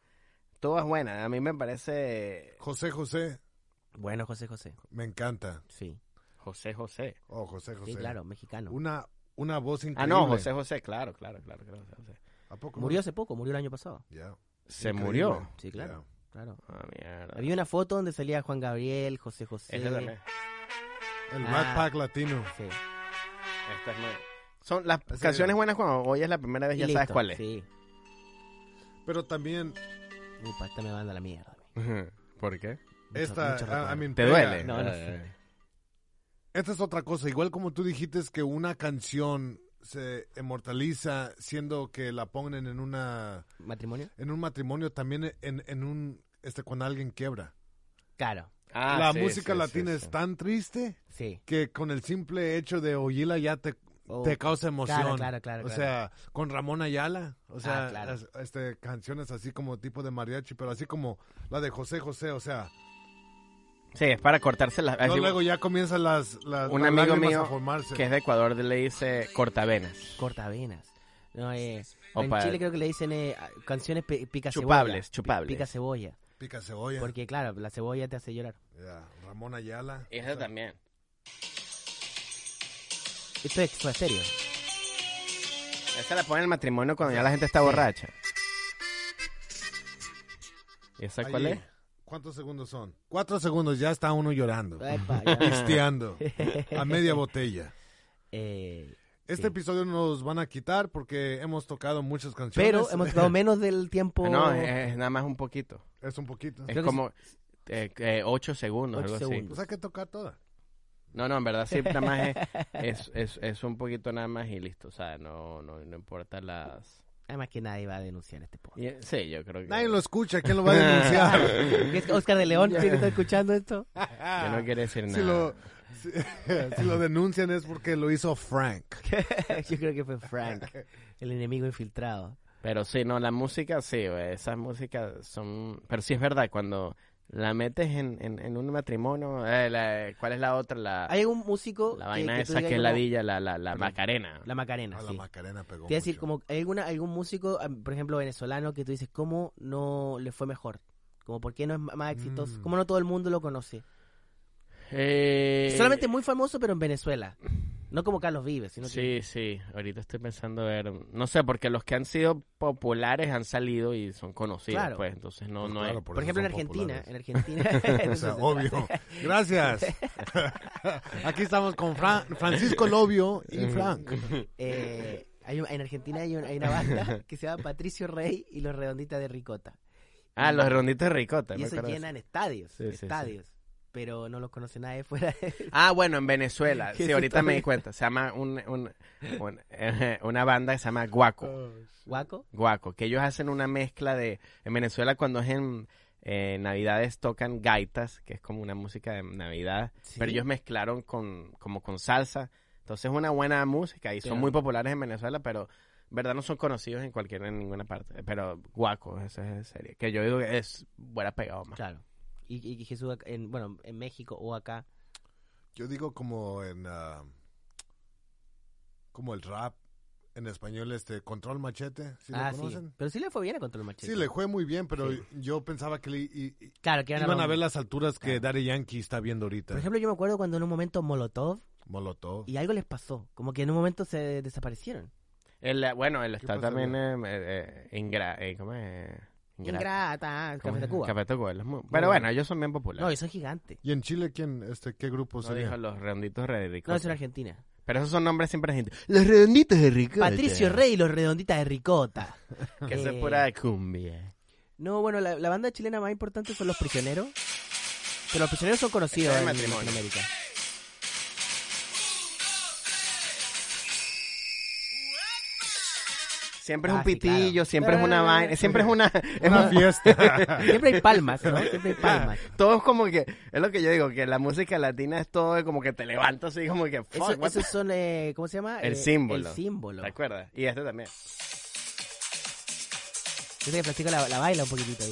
Speaker 3: Todas buenas. A mí me parece
Speaker 4: José José,
Speaker 2: Bueno, José José.
Speaker 4: me encanta.
Speaker 2: Sí,
Speaker 3: José José.
Speaker 4: Oh, José José.
Speaker 2: sí, claro, mexicano.
Speaker 4: Una, una voz increíble.
Speaker 3: Ah, no, José José, claro, claro, claro. claro, José José.
Speaker 4: ¿A poco no?
Speaker 2: Murió hace poco, murió el año pasado.
Speaker 4: Ya,
Speaker 3: Se
Speaker 4: increíble.
Speaker 3: murió.
Speaker 2: Sí, claro,
Speaker 4: Ya.
Speaker 2: claro.
Speaker 3: Ah, mierda.
Speaker 2: Había una foto donde salía Juan Gabriel, José José.
Speaker 3: Esta también.
Speaker 4: El
Speaker 2: Ah.
Speaker 4: Rat Pack latino.
Speaker 2: Sí.
Speaker 3: Esta es muy- Son las
Speaker 4: Esa
Speaker 3: canciones
Speaker 4: era.
Speaker 3: buenas cuando oyes la primera vez
Speaker 2: Y
Speaker 3: ya sabes
Speaker 2: listo,
Speaker 3: cuál es.
Speaker 2: Sí.
Speaker 4: Pero también
Speaker 2: Upa, esta me manda a la mierda.
Speaker 3: ¿Por qué?
Speaker 2: Mucho-
Speaker 4: esta,
Speaker 2: mucho
Speaker 4: ah, I
Speaker 2: recuerdo.
Speaker 4: mean,
Speaker 3: ¿Te
Speaker 4: pega.
Speaker 3: duele?
Speaker 2: No, no
Speaker 3: Ay,
Speaker 2: sé.
Speaker 3: ay.
Speaker 4: Esta es otra cosa. Igual como tú dijiste es que una canción se inmortaliza siendo que la ponen en una
Speaker 2: ¿Matrimonio?
Speaker 4: en un matrimonio también en, en un este cuando alguien quiebra.
Speaker 2: Claro,
Speaker 3: Ah,
Speaker 4: la
Speaker 3: sí,
Speaker 4: música
Speaker 3: sí, sí,
Speaker 4: latina
Speaker 3: sí.
Speaker 4: es tan triste
Speaker 2: sí.
Speaker 4: que con el simple hecho de oírla ya te,
Speaker 2: Oh,
Speaker 4: te causa emoción.
Speaker 2: claro, claro, claro,
Speaker 4: O
Speaker 2: claro.
Speaker 4: sea, con Ramón Ayala, o sea,
Speaker 2: Ah, claro.
Speaker 4: las- este, canciones así como tipo de mariachi, pero así como la de José José, o sea,
Speaker 3: Ah, Sí, es para cortarse las...
Speaker 4: no, luego ya comienzan las, las,
Speaker 3: un
Speaker 4: las
Speaker 3: amigo
Speaker 4: lágrimas
Speaker 3: mío
Speaker 4: a formarse.
Speaker 3: que es de Ecuador le dice cortavenas.
Speaker 2: Cortavenas. No, eh,
Speaker 3: O
Speaker 2: en
Speaker 3: pa-
Speaker 2: Chile creo que le dicen eh, a- canciones pi- pica
Speaker 3: Chupables,
Speaker 2: cebolla. Pi-
Speaker 3: chupables.
Speaker 2: Pica cebolla.
Speaker 4: Pica cebolla.
Speaker 2: Porque, claro, la cebolla te hace llorar.
Speaker 4: Ya, Ramón Ayala.
Speaker 3: Esa también.
Speaker 2: Esto es extra serio.
Speaker 3: Esa la pone en el matrimonio cuando ya la gente está borracha. ¿Esa
Speaker 4: Allí.
Speaker 3: cuál es?
Speaker 4: ¿Cuántos segundos son? Cuatro segundos, ya está uno llorando.
Speaker 2: Epa, ya.
Speaker 3: *laughs*
Speaker 4: Pisteando. A media botella.
Speaker 2: Eh,
Speaker 4: Este
Speaker 2: Sí.
Speaker 4: episodio nos van a quitar porque hemos tocado muchas canciones.
Speaker 2: pero hemos tocado menos del tiempo.
Speaker 3: Ah, No, eh. es, es nada más un poquito.
Speaker 4: Es un poquito.
Speaker 3: Es
Speaker 2: Creo que
Speaker 3: como eh, eh, ocho segundos,
Speaker 2: Ocho
Speaker 3: algo así.
Speaker 2: segundos.
Speaker 4: Pues hay que tocar toda.
Speaker 3: No, no, en verdad sí, nada más es, es, es- es un poquito nada más y listo. O sea, no, no, no importa las...
Speaker 2: Además que nadie va a denunciar este *laughs*
Speaker 3: *laughs*
Speaker 2: podcast.
Speaker 3: y- sí, yo creo que...
Speaker 4: Nadie lo escucha, ¿quién lo va a
Speaker 2: *laughs*
Speaker 4: denunciar?
Speaker 2: ¿Crees que Oscar de León tiene que estar escuchando esto? *laughs*
Speaker 3: Yo no quiero decir nada.
Speaker 4: Ah, si, lo, si, si *laughs* lo denuncian es porque lo hizo Frank.
Speaker 2: Yo creo que fue Frank, el enemigo infiltrado.
Speaker 3: Pero sí, no, la música sí, güey, esas músicas son... Pero sí es verdad, cuando la metes en, en, en un matrimonio, eh, la- ¿cuál es la otra? La,
Speaker 2: Hay un músico.
Speaker 3: Ah. la vaina
Speaker 2: tú
Speaker 3: esa que
Speaker 2: digas
Speaker 3: es
Speaker 2: como-
Speaker 3: la villa, la, la, la
Speaker 2: Perdón.
Speaker 3: Macarena.
Speaker 2: La Macarena.
Speaker 4: A Ah, la
Speaker 2: sí.
Speaker 4: Macarena pegó.
Speaker 2: Te iba a decir,
Speaker 4: mucho.
Speaker 2: como ¿hay alguna, algún músico, ah, por ejemplo, venezolano, que tú dices, ¿cómo no le fue mejor? Como, ¿por qué no es ma- más exitoso?
Speaker 4: Mm.
Speaker 2: ¿Cómo no todo el mundo lo conoce?
Speaker 3: Eh,
Speaker 2: Solamente muy famoso, pero en Venezuela. No como Carlos Vives, sino que...
Speaker 3: Sí, sí, ahorita estoy pensando ver... No sé, porque los que han sido populares han salido y son conocidos,
Speaker 2: Claro.
Speaker 3: pues, entonces no,
Speaker 4: Pues
Speaker 3: no
Speaker 4: claro,
Speaker 3: es...
Speaker 2: Por,
Speaker 4: eso
Speaker 2: ejemplo, en
Speaker 4: son
Speaker 2: Argentina.
Speaker 4: populares.
Speaker 2: En
Speaker 4: *laughs*
Speaker 2: Argentina. *laughs*
Speaker 4: O sea, obvio. Gracias. *laughs* Aquí estamos con Fran- Francisco Lobio y Frank.
Speaker 2: Eh, hay un- en Argentina hay, un- hay una banda *laughs* que se llama Patricio Rey y los Redonditas de Ricota.
Speaker 3: Ah, los ronditos de ricota.
Speaker 2: Y
Speaker 3: me
Speaker 2: eso
Speaker 3: acuerdo de
Speaker 2: llenan estadios,
Speaker 3: Sí, sí, sí.
Speaker 2: estadios. Pero no los conoce nadie *laughs* fuera de...
Speaker 3: Ah, bueno, en
Speaker 2: *laughs*
Speaker 3: Venezuela.
Speaker 2: ¿Qué
Speaker 3: Sí,
Speaker 2: es
Speaker 3: ahorita
Speaker 2: esto?
Speaker 3: me di cuenta. Se llama un, un- un- eh, una banda que se llama
Speaker 4: Oh,
Speaker 3: Guaco.
Speaker 2: Guaco.
Speaker 3: Guaco, que ellos hacen una mezcla de... En Venezuela cuando es en eh, Navidades tocan gaitas, que es como una música de Navidad,
Speaker 2: Sí.
Speaker 3: pero ellos mezclaron con, como con salsa. Entonces es una buena música y son
Speaker 2: Pero-
Speaker 3: muy populares en Venezuela, pero en verdad no son conocidos en cualquier, en ninguna parte. Pero Guaco, esa es serie. Que yo digo que es buena pegada más.
Speaker 2: Claro. Y, y Jesús, acá- en, bueno, en México o acá.
Speaker 4: Yo digo como en ah, como el rap en español este control machete, ¿sí
Speaker 2: ah,
Speaker 4: lo
Speaker 2: sí.
Speaker 4: conocen?
Speaker 2: Pero sí le fue bien a Control Machete.
Speaker 4: Sí, le fue muy bien, pero
Speaker 2: Sí.
Speaker 4: yo pensaba que le- i- i-
Speaker 2: Claro, que
Speaker 4: iban a ver las alturas que
Speaker 2: Claro.
Speaker 4: Daddy Yankee está viendo ahorita.
Speaker 2: Por ejemplo, yo me acuerdo cuando en un momento Molotov
Speaker 4: Molotov.
Speaker 2: y algo les pasó. Como que en un momento se desaparecieron.
Speaker 3: El, eh, bueno, él está
Speaker 4: pasa,
Speaker 3: también en eh, eh, Ingra- eh, ¿cómo es? Ingra-
Speaker 2: Ingrata, ah,
Speaker 3: ¿cómo
Speaker 2: Café de
Speaker 3: es?
Speaker 2: Cuba.
Speaker 3: Café Tacuba, los mu- Pero bueno, ellos son bien
Speaker 2: No, y
Speaker 3: populares.
Speaker 2: son gigantes.
Speaker 4: ¿Y en Chile quién este qué grupo
Speaker 3: No,
Speaker 4: sería?
Speaker 3: dijo los redonditos de
Speaker 2: No, es en
Speaker 3: ricota.
Speaker 2: Argentina.
Speaker 3: Pero esos son nombres siempre argentinos. Los redonditos de ricota.
Speaker 2: Patricio Rey y los redonditas de ricota.
Speaker 3: Que eso es
Speaker 2: Eh,
Speaker 3: pura cumbia.
Speaker 2: No, bueno, la, la banda chilena más importante son Los Prisioneros. Pero Los Prisioneros son conocidos
Speaker 3: Está
Speaker 2: en
Speaker 3: de matrimonio.
Speaker 2: Latinoamérica.
Speaker 3: Siempre es
Speaker 2: Ah,
Speaker 3: un
Speaker 2: sí, claro.
Speaker 3: pitillo, siempre es una vaina, siempre
Speaker 2: *laughs*
Speaker 3: es una... Es
Speaker 4: Una
Speaker 3: un-
Speaker 4: fiesta.
Speaker 2: Siempre hay palmas, ¿no? Siempre hay
Speaker 3: *laughs*
Speaker 2: palmas.
Speaker 3: todo es como que... Es lo que yo digo, que la música latina es todo como que te levanta así como que... Fuck,
Speaker 2: Eso-
Speaker 3: what
Speaker 2: esos son, eh, ¿cómo se llama?
Speaker 3: El
Speaker 2: Eh,
Speaker 3: símbolo.
Speaker 2: El símbolo.
Speaker 3: the- ¿Te acuerdas? Y este también.
Speaker 2: Yo sé que Francisco la, la baila un poquitito ahí.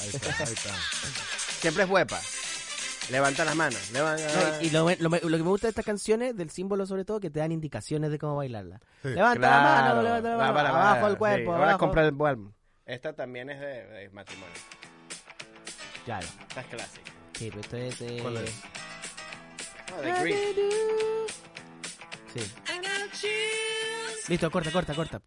Speaker 4: ahí está, ahí está.
Speaker 3: Siempre es huepa. Levanta las manos. Levanta...
Speaker 2: No, y
Speaker 3: Ah.
Speaker 2: y lo, lo- lo que me gusta de estas canciones, del símbolo sobre todo, que te dan indicaciones de cómo bailarla.
Speaker 4: Sí.
Speaker 2: Levanta la mano,
Speaker 3: Claro.
Speaker 2: levanta la
Speaker 3: Va
Speaker 2: mano,
Speaker 3: para
Speaker 2: abajo
Speaker 3: abajo.
Speaker 2: el cuerpo,
Speaker 3: Sí, Ahora
Speaker 2: abajo.
Speaker 3: compra el álbum. Esta también es de, de matrimonio.
Speaker 2: Claro,
Speaker 3: Esta es clásica.
Speaker 2: sí, pero esto es... eh, Ah,
Speaker 4: ¿Cuál es?
Speaker 3: No, de Grease.
Speaker 2: Sí. Listo, corta, corta, corta.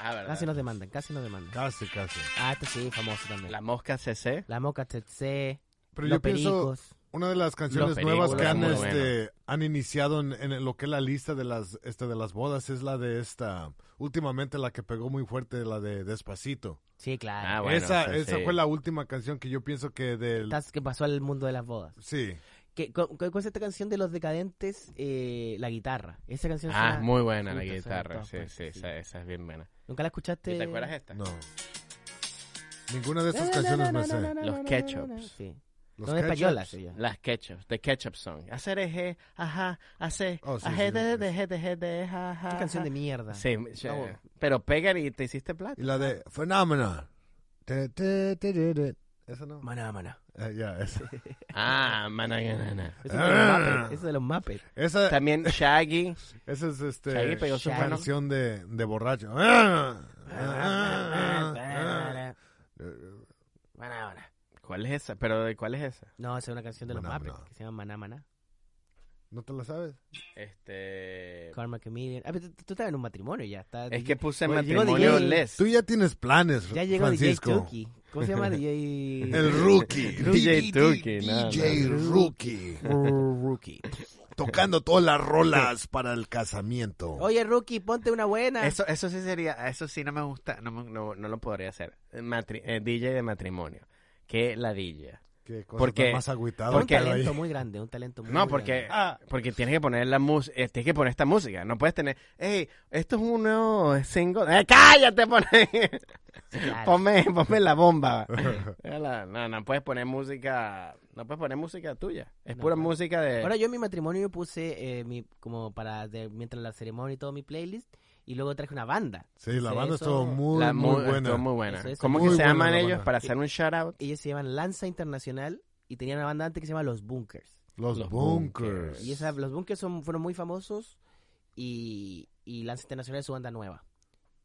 Speaker 3: Ah, verdad.
Speaker 2: Casi nos demandan, casi nos demandan.
Speaker 4: Casi, casi.
Speaker 2: Ah, este sí, famoso también.
Speaker 3: La
Speaker 2: La,
Speaker 3: mosca CC.
Speaker 2: Moca Tsetse,
Speaker 4: Pero
Speaker 2: Los
Speaker 4: yo pienso
Speaker 2: Pericos.
Speaker 4: una de las canciones
Speaker 3: Los
Speaker 4: nuevas que han,
Speaker 2: Pericos,
Speaker 3: muy
Speaker 4: este, han iniciado en, en lo que es la lista de las, este, de las bodas es la de esta, últimamente la que pegó muy fuerte, la de Despacito.
Speaker 2: Sí,
Speaker 3: Ah,
Speaker 2: claro.
Speaker 3: bueno.
Speaker 4: esa
Speaker 3: sí,
Speaker 4: esa
Speaker 3: sí.
Speaker 4: fue la última canción que yo pienso que del...
Speaker 2: Estás- que pasó al mundo de las bodas.
Speaker 4: Sí,
Speaker 2: ¿Qué, cu- cu- ¿Cuál es esta canción de Los Decadentes? Eh, la guitarra. Esa canción
Speaker 3: Ah,
Speaker 2: suena-
Speaker 3: muy buena la
Speaker 2: Puta, suena en
Speaker 3: guitarra.
Speaker 2: todas
Speaker 3: Sí,
Speaker 2: partes,
Speaker 3: sí,
Speaker 2: sí.
Speaker 3: Esa, esa es bien buena.
Speaker 2: ¿Nunca la escuchaste?
Speaker 3: ¿Y te acuerdas esta?
Speaker 4: no. Ninguna de estas
Speaker 2: Na, na,
Speaker 4: canciones
Speaker 2: na,
Speaker 4: me
Speaker 2: na, na,
Speaker 4: sé.
Speaker 2: na,
Speaker 3: Los
Speaker 2: na, na,
Speaker 3: Ketchups.
Speaker 2: na, na. Sí.
Speaker 4: Los
Speaker 2: no,
Speaker 4: Ketchups.
Speaker 2: españolas ella.
Speaker 3: Las ketchups, The Ketchup Song. Hacer eje, ajá, hace,
Speaker 4: Oh, sí,
Speaker 3: aje,
Speaker 4: sí,
Speaker 3: de,
Speaker 4: sí.
Speaker 3: de, de, de, de, ja, ja,
Speaker 2: Qué
Speaker 3: ja.
Speaker 2: canción de mierda.
Speaker 3: Sí,
Speaker 2: bueno.
Speaker 3: pero pega y te hiciste plata.
Speaker 4: Y la de Phenomena. Te, te, te, te, te. Esa no.
Speaker 2: Maná, maná.
Speaker 4: Eh, ya, esa.
Speaker 3: Ah, mananana.
Speaker 2: Eso es de los Muppets. Eso es de los Muppets.
Speaker 4: Esa,
Speaker 3: También Shaggy.
Speaker 4: esa es
Speaker 3: Shaggy
Speaker 4: este,
Speaker 3: pegó su
Speaker 2: Shaggy.
Speaker 3: mano.
Speaker 4: canción de, de borracho. Ah, Eh,
Speaker 2: Maná, maná.
Speaker 3: ¿Cuál es esa? ¿Pero de cuál es esa?
Speaker 2: No, esa es una canción de los
Speaker 4: Maná,
Speaker 2: Muppets
Speaker 4: maná.
Speaker 2: que se llama Maná, maná.
Speaker 4: ¿No te la sabes?
Speaker 3: Este...
Speaker 2: Karma Comedian. Ah, pero tú, tú estás en un matrimonio ya. Está
Speaker 3: Es que puse
Speaker 2: Oye, llegó
Speaker 3: matrimonio
Speaker 2: DJ.
Speaker 3: les.
Speaker 4: Tú ya tienes planes,
Speaker 2: Ya llegó DJ
Speaker 4: Francisco.
Speaker 2: Chucky. ¿Cómo se llama DJ?
Speaker 4: *laughs*
Speaker 1: El rookie.
Speaker 3: DJ Tuki, no,
Speaker 1: DJ Rookie.
Speaker 2: Rookie.
Speaker 1: Tocando todas las rolas para el casamiento.
Speaker 2: Oye, Rookie, ponte una buena.
Speaker 3: Eso, eso sí sería, eso sí no me gusta, no, me- no, no lo podría hacer. Matri- eh, DJ de matrimonio. Que ladilla.
Speaker 4: Qué cosa
Speaker 3: Porque-
Speaker 4: tan más agüitado.
Speaker 2: un
Speaker 3: porque-
Speaker 4: pero ahí-
Speaker 2: talento muy grande, un talento muy
Speaker 3: No,
Speaker 2: muy
Speaker 3: porque,
Speaker 2: grande.
Speaker 4: Ah.
Speaker 3: porque tienes que poner la música, tienes que poner esta música, no puedes tener, hey, esto es un nuevo single, ¡Eh,
Speaker 2: *laughs*
Speaker 3: cállate, pone,
Speaker 2: Claro.
Speaker 3: ponme, ponme
Speaker 2: *laughs*
Speaker 3: la bomba. Era la- no, no puedes poner música, no puedes poner música tuya, es
Speaker 2: No,
Speaker 3: pura
Speaker 2: claro.
Speaker 3: música de,
Speaker 2: Ahora yo en mi matrimonio yo puse eh, mi, como para de- mientras la ceremonia y todo mi playlist y luego traje una banda.
Speaker 4: Sí, la
Speaker 2: Sí,
Speaker 4: banda
Speaker 2: eso-
Speaker 4: estuvo muy,
Speaker 3: la mu-
Speaker 4: muy buena.
Speaker 3: estuvo muy buena.
Speaker 2: Eso, eso.
Speaker 3: ¿Cómo
Speaker 4: Muy
Speaker 3: que se
Speaker 4: buena
Speaker 3: llaman
Speaker 4: la
Speaker 3: ellos
Speaker 4: banda.
Speaker 3: para hacer un shout out?
Speaker 2: Ellos se llaman Lanza Internacional y tenían una banda antes que se llama Los Bunkers.
Speaker 4: Los,
Speaker 3: Los
Speaker 4: bunkers.
Speaker 2: Y esa, Los Bunkers son, fueron muy famosos y, y Lanza Internacional es su banda nueva.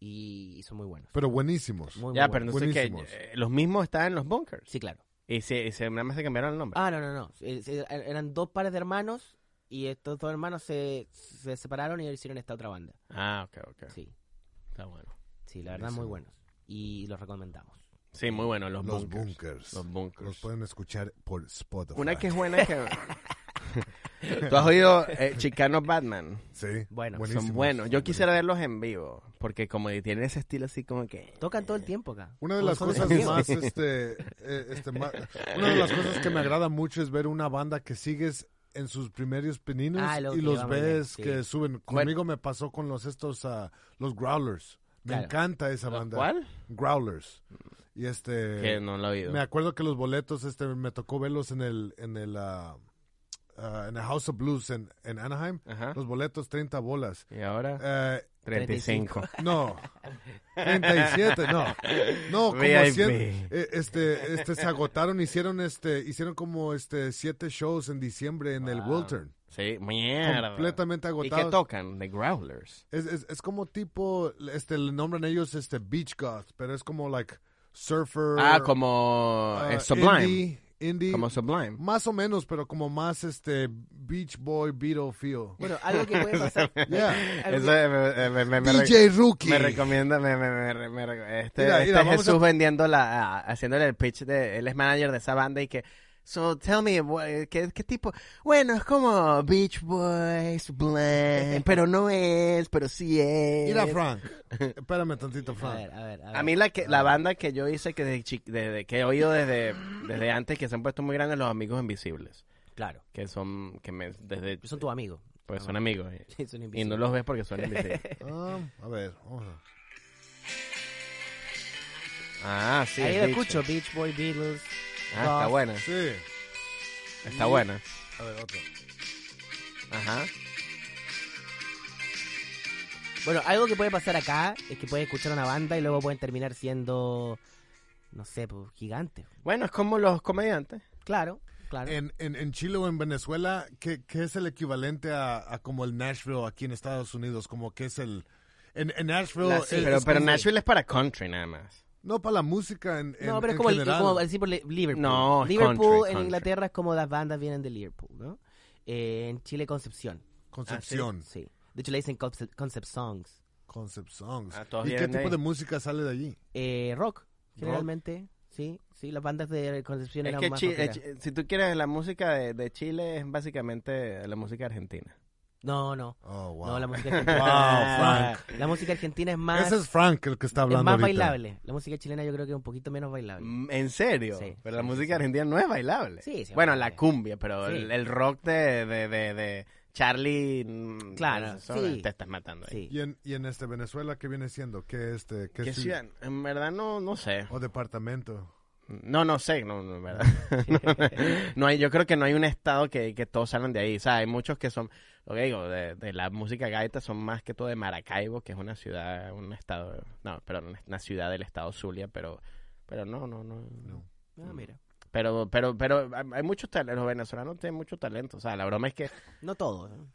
Speaker 2: Y son muy buenos.
Speaker 4: Pero buenísimos.
Speaker 2: Muy, muy
Speaker 3: Ya,
Speaker 2: buenos.
Speaker 3: pero entonces que
Speaker 4: Buenísimos.
Speaker 3: eh, los mismos estaban en los bunkers.
Speaker 2: Sí, claro.
Speaker 3: Y se, y se- nada más se cambiaron el nombre.
Speaker 2: Ah, no, no, no. Eh, se- Eran dos pares de hermanos y estos dos hermanos se, se separaron y hicieron esta otra banda.
Speaker 3: Ah, ok, ok.
Speaker 2: Sí,
Speaker 3: Está bueno.
Speaker 2: sí, la verdad muy
Speaker 4: Buenísimo.
Speaker 2: buenos. Y los recomendamos.
Speaker 3: Sí, muy bueno, los,
Speaker 4: Los,
Speaker 3: bunkers.
Speaker 4: bunkers.
Speaker 3: Los
Speaker 4: Los
Speaker 3: bunkers.
Speaker 4: pueden escuchar por Spotify.
Speaker 3: Una que es buena que...
Speaker 4: *laughs*
Speaker 3: Tú has oído eh, Chicano Batman.
Speaker 4: Sí.
Speaker 2: Bueno, son
Speaker 3: Son buenos. Yo quisiera verlos en vivo. Porque como tienen ese estilo así como que...
Speaker 2: Tocan todo el tiempo acá.
Speaker 4: Una de
Speaker 2: Son-
Speaker 4: las
Speaker 2: son
Speaker 4: cosas
Speaker 2: desafíos.
Speaker 4: más, este, eh, este, ma- una de las cosas que me agrada mucho es ver una banda que sigues en sus primeros pininos
Speaker 2: Ah, lo
Speaker 4: y
Speaker 2: que
Speaker 4: los
Speaker 2: va muy bien,
Speaker 4: ves
Speaker 2: sí.
Speaker 4: que suben. Conmigo me pasó con los estos, ah, los Growlers. Me
Speaker 2: Claro.
Speaker 4: encanta esa banda.
Speaker 3: ¿Cuál?
Speaker 4: Growlers. Y este,
Speaker 3: Que no lo he oído.
Speaker 4: me acuerdo que los boletos, este, me tocó verlos en el, en el, ah, ah, en el House of Blues en, en Anaheim.
Speaker 3: Ajá.
Speaker 4: Los boletos, 30 bolas.
Speaker 3: Y ahora...
Speaker 4: Eh,
Speaker 3: 35.
Speaker 4: no. 37, no. No, como
Speaker 3: VIP.
Speaker 4: 100, eh, este, este, se agotaron, hicieron este, hicieron como este siete shows en diciembre en el
Speaker 3: Wow.
Speaker 4: Wiltern.
Speaker 3: *laughs* Sí, mierda.
Speaker 4: Completamente
Speaker 3: ¿Y qué
Speaker 4: agotados.
Speaker 3: tocan? The Growlers.
Speaker 4: Es, es, es como tipo, este, le nombran ellos este Beach Goth, pero es como like surfer.
Speaker 3: Ah, como
Speaker 4: ah,
Speaker 3: eh, Sublime.
Speaker 4: Indie, indie,
Speaker 3: Como Sublime.
Speaker 4: más o menos, pero como más este Beach Boy Beatle
Speaker 3: *laughs*
Speaker 4: feel.
Speaker 2: Bueno, algo que puede pasar.
Speaker 4: Yeah.
Speaker 2: algo
Speaker 3: Eso,
Speaker 2: que-
Speaker 3: eh, me, me- me- me re-
Speaker 1: DJ Rookie.
Speaker 3: me recomienda, me, me- me- me- me re- este,
Speaker 4: Mira,
Speaker 3: este
Speaker 4: mira, vamos
Speaker 3: Jesús
Speaker 4: a-
Speaker 3: vendiendo la, a- haciéndole el pitch de, él es manager de esa banda y que, so tell me, wha- ¿qué, qué tipo? Bueno, es como Beach Boys, Blend, pero no es, pero sí es.
Speaker 4: Mira, Frank. Espérame tantito,
Speaker 2: A
Speaker 4: Frank.
Speaker 2: ver, a ver, a ver.
Speaker 3: A mí la, que, la banda que yo hice, que, desde chi- desde- que he oído desde, desde antes, que se han puesto muy grandes, Los Amigos Invisibles,
Speaker 2: Claro,
Speaker 3: que son, que me, desde,
Speaker 2: son tus amigos. *laughs*
Speaker 3: pues son amigos. eh,
Speaker 2: Sí, son
Speaker 3: Y no
Speaker 2: invisibles.
Speaker 3: los ves porque
Speaker 4: *laughs*
Speaker 3: son invisibles.
Speaker 4: Ah, a ver, vamos a
Speaker 3: Ah, sí.
Speaker 2: Ahí
Speaker 3: es
Speaker 2: lo
Speaker 3: Beach
Speaker 2: escucho,
Speaker 3: Boys.
Speaker 2: Beach Boy, Beatles.
Speaker 3: Ah, está
Speaker 2: Goth.
Speaker 3: buena.
Speaker 4: Sí.
Speaker 3: Está buena.
Speaker 4: A ver, otro.
Speaker 3: Ajá.
Speaker 2: Bueno, algo que puede pasar acá es que puedes escuchar una banda y luego pueden terminar siendo, no sé, pues, gigantes.
Speaker 3: Bueno, es como los comediantes.
Speaker 2: Claro, claro.
Speaker 4: En, en, en Chile o en Venezuela, ¿qué, qué es el equivalente a, a como el Nashville aquí en Estados Unidos? Como que es el... En, en Nashville...
Speaker 3: La-
Speaker 4: es-
Speaker 3: sí, pero,
Speaker 4: es
Speaker 3: pero
Speaker 4: como-
Speaker 3: Nashville es para country nada más.
Speaker 4: No, para la música en, en-
Speaker 2: no, pero
Speaker 4: en
Speaker 2: es como, el,
Speaker 4: general.
Speaker 2: como decir por Li- Liverpool.
Speaker 3: No, es
Speaker 2: Liverpool
Speaker 3: country,
Speaker 2: en
Speaker 3: country.
Speaker 2: Inglaterra es como las bandas vienen de Liverpool, ¿no? Eh, en Chile, Concepción.
Speaker 3: Mm.
Speaker 4: Concepción.
Speaker 2: Ah, Sí. De hecho, le dicen concept, concept songs.
Speaker 4: Concepción.
Speaker 3: Ah, todos
Speaker 4: ¿Y qué
Speaker 3: vienen de
Speaker 4: tipo
Speaker 3: ahí.
Speaker 4: de música sale de allí?
Speaker 2: Eh, rock, generalmente. Sí, sí, las bandas de Concepción
Speaker 3: Es
Speaker 2: eran
Speaker 3: que
Speaker 2: más
Speaker 3: Chi-
Speaker 2: rockeras.
Speaker 3: eh, Chi- si tú quieres la música de, de Chile es básicamente la música argentina.
Speaker 2: No, no.
Speaker 4: Oh, wow.
Speaker 2: No, la música
Speaker 3: *laughs*
Speaker 2: argentina.
Speaker 4: Wow, Frank.
Speaker 2: La música argentina es más,
Speaker 4: Ese es Frank el que está
Speaker 2: es
Speaker 4: hablando
Speaker 2: más
Speaker 4: ahorita.
Speaker 2: bailable. La música chilena yo creo que es un poquito menos bailable.
Speaker 3: Mm, ¿En serio?
Speaker 2: Sí,
Speaker 3: pero
Speaker 2: sí,
Speaker 3: la
Speaker 2: sí,
Speaker 3: música
Speaker 2: sí.
Speaker 3: argentina no es bailable.
Speaker 2: Sí, sí,
Speaker 3: bueno,
Speaker 2: es
Speaker 3: la
Speaker 2: bailable.
Speaker 3: cumbia, pero
Speaker 2: Sí.
Speaker 3: el, el rock de, de, de, de Charlie... mm,
Speaker 2: Claro,
Speaker 3: eso
Speaker 2: sí.
Speaker 3: Te estás matando
Speaker 2: *laughs* Sí.
Speaker 3: ahí.
Speaker 4: ¿Y en, y en este Venezuela qué viene siendo? ¿Qué este? ¿Qué,
Speaker 3: ¿Qué
Speaker 4: ci-
Speaker 3: ciudad? En verdad no, no sé.
Speaker 4: ¿O departamento?
Speaker 3: No, no sé, no, no, en verdad.
Speaker 2: Ah,
Speaker 3: No, no hay, yo creo que no hay un estado que, que todos salen de ahí. O sea, hay muchos que son, lo que digo, de, de la música gaita son más que todo de Maracaibo, que es una ciudad, un estado, no, pero una ciudad del estado Zulia, pero, pero no, no, no.
Speaker 2: Ah, mira.
Speaker 3: Pero, pero, pero hay- hay muchos talentos, los venezolanos tienen mucho talento. O sea, la broma es que, *laughs*
Speaker 2: No todo. ¿eh? ¿no?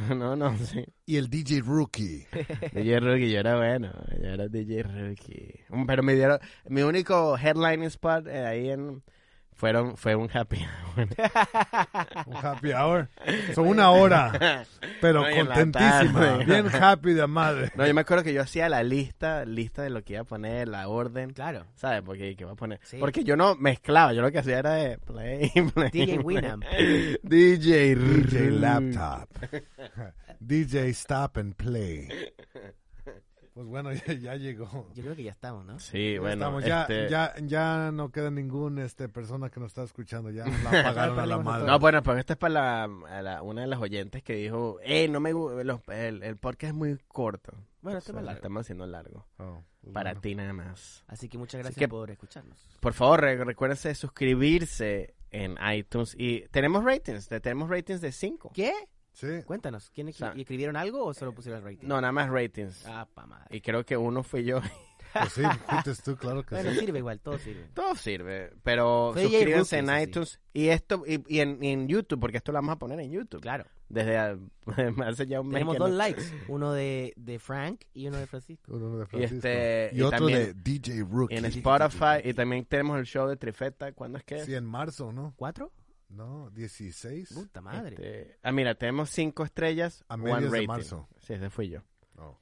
Speaker 3: no, no, no, *laughs* sí.
Speaker 1: Y el DJ
Speaker 2: *laughs*
Speaker 1: Rookie.
Speaker 3: DJ Rookie, yo era bueno, yo era DJ Rookie. Mm, Pero me dieron, mi único headline spot eh, ahí en, Fueron, fue un happy *laughs* hour.
Speaker 4: Un happy
Speaker 3: *laughs*
Speaker 4: hour. Son una hora, pero
Speaker 3: No, y en la
Speaker 4: contentísima.
Speaker 3: tarde.
Speaker 4: Bien happy de
Speaker 3: *laughs*
Speaker 4: madre.
Speaker 3: No, yo me acuerdo que yo hacía la lista, lista de lo que iba a poner, la orden.
Speaker 2: Claro.
Speaker 3: ¿Sabes? Porque, ¿qué voy a poner?
Speaker 2: Sí.
Speaker 3: Porque yo no mezclaba, yo lo que hacía era de play, *laughs* play,
Speaker 2: DJ
Speaker 3: play.
Speaker 2: Winamp.
Speaker 3: DJ,
Speaker 4: DJ Laptop. *laughs* DJ Stop and Play. Pues bueno, *laughs* ya, ya llegó.
Speaker 2: Yo creo que ya estamos, ¿no?
Speaker 3: Sí,
Speaker 4: Ya
Speaker 3: bueno,
Speaker 4: estamos, ya,
Speaker 3: este-
Speaker 4: ya, ya no queda ningún este persona que nos está escuchando. Ya la
Speaker 3: *laughs*
Speaker 4: apagaron a la madre.
Speaker 3: No, bueno, pero esta es para la, a la- una de las oyentes que dijo, eh, no me gu- los- el, el podcast es muy corto.
Speaker 2: Bueno,
Speaker 3: O sea,
Speaker 2: este me
Speaker 3: lo
Speaker 2: largo.
Speaker 3: estamos haciendo largo.
Speaker 4: Oh, pues
Speaker 3: Para
Speaker 4: bueno.
Speaker 3: ti nada más.
Speaker 2: Así que muchas
Speaker 3: Así
Speaker 2: gracias
Speaker 3: que-
Speaker 2: por escucharnos.
Speaker 3: Por favor, re- recuérdense de suscribirse en iTunes. Y tenemos ratings, te- tenemos ratings de 5.
Speaker 2: ¿Qué?
Speaker 4: Sí.
Speaker 2: Cuéntanos, ¿quién escri-
Speaker 3: O sea-
Speaker 2: escribieron algo o solo pusieron el rating?
Speaker 3: No, nada más ratings.
Speaker 2: Ah, pa madre.
Speaker 3: Y creo que uno fui yo.
Speaker 4: Pues sí, fuiste tú, claro que
Speaker 2: Bueno,
Speaker 4: sí.
Speaker 2: sirve igual, todo
Speaker 3: *laughs*
Speaker 2: sirve.
Speaker 3: Todo sirve. Pero
Speaker 2: Fue DJ
Speaker 3: suscríbanse
Speaker 2: Rookies,
Speaker 3: en
Speaker 2: así.
Speaker 3: iTunes. Y esto y, y en, y en YouTube, porque esto lo vamos a poner en YouTube.
Speaker 2: Claro.
Speaker 3: Desde a- *laughs* hace ya un mes.
Speaker 2: Tenemos
Speaker 3: que
Speaker 2: dos
Speaker 3: no-
Speaker 2: likes, uno de, de Frank y uno de Francisco.
Speaker 4: Uno de
Speaker 3: Y,
Speaker 4: Francisco.
Speaker 3: este,
Speaker 4: Y
Speaker 3: y
Speaker 4: otro
Speaker 3: también-
Speaker 4: de DJ Rookie.
Speaker 3: en Spotify y también tenemos el show de Trifeta. ¿Cuándo es que? es?
Speaker 4: Sí, en marzo, ¿no?
Speaker 2: ¿Cuatro?
Speaker 4: No, 16.
Speaker 2: Puta madre.
Speaker 3: Este, ah, mira, tenemos cinco estrellas.
Speaker 4: A
Speaker 3: one
Speaker 4: medias de
Speaker 3: rating.
Speaker 4: marzo.
Speaker 3: Sí, ese fui yo.
Speaker 4: Oh.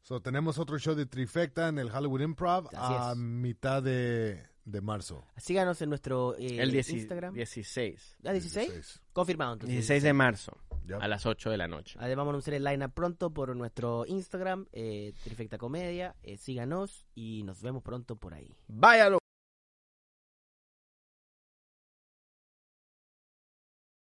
Speaker 4: So, tenemos otro show de Trifecta en el Hollywood Improv
Speaker 2: Así
Speaker 4: a
Speaker 2: es.
Speaker 4: mitad de, de marzo.
Speaker 2: Síganos en nuestro eh,
Speaker 3: el dieci-
Speaker 2: Instagram.
Speaker 3: 16.
Speaker 2: ¿La 16? Confirmado. Entonces.
Speaker 3: 16 de marzo
Speaker 4: Ya.
Speaker 3: a las 8 de la noche.
Speaker 2: Además, vamos a anunciar el line pronto por nuestro Instagram, eh, Trifecta Comedia. Eh, síganos y nos vemos pronto por ahí.
Speaker 3: Váyalo.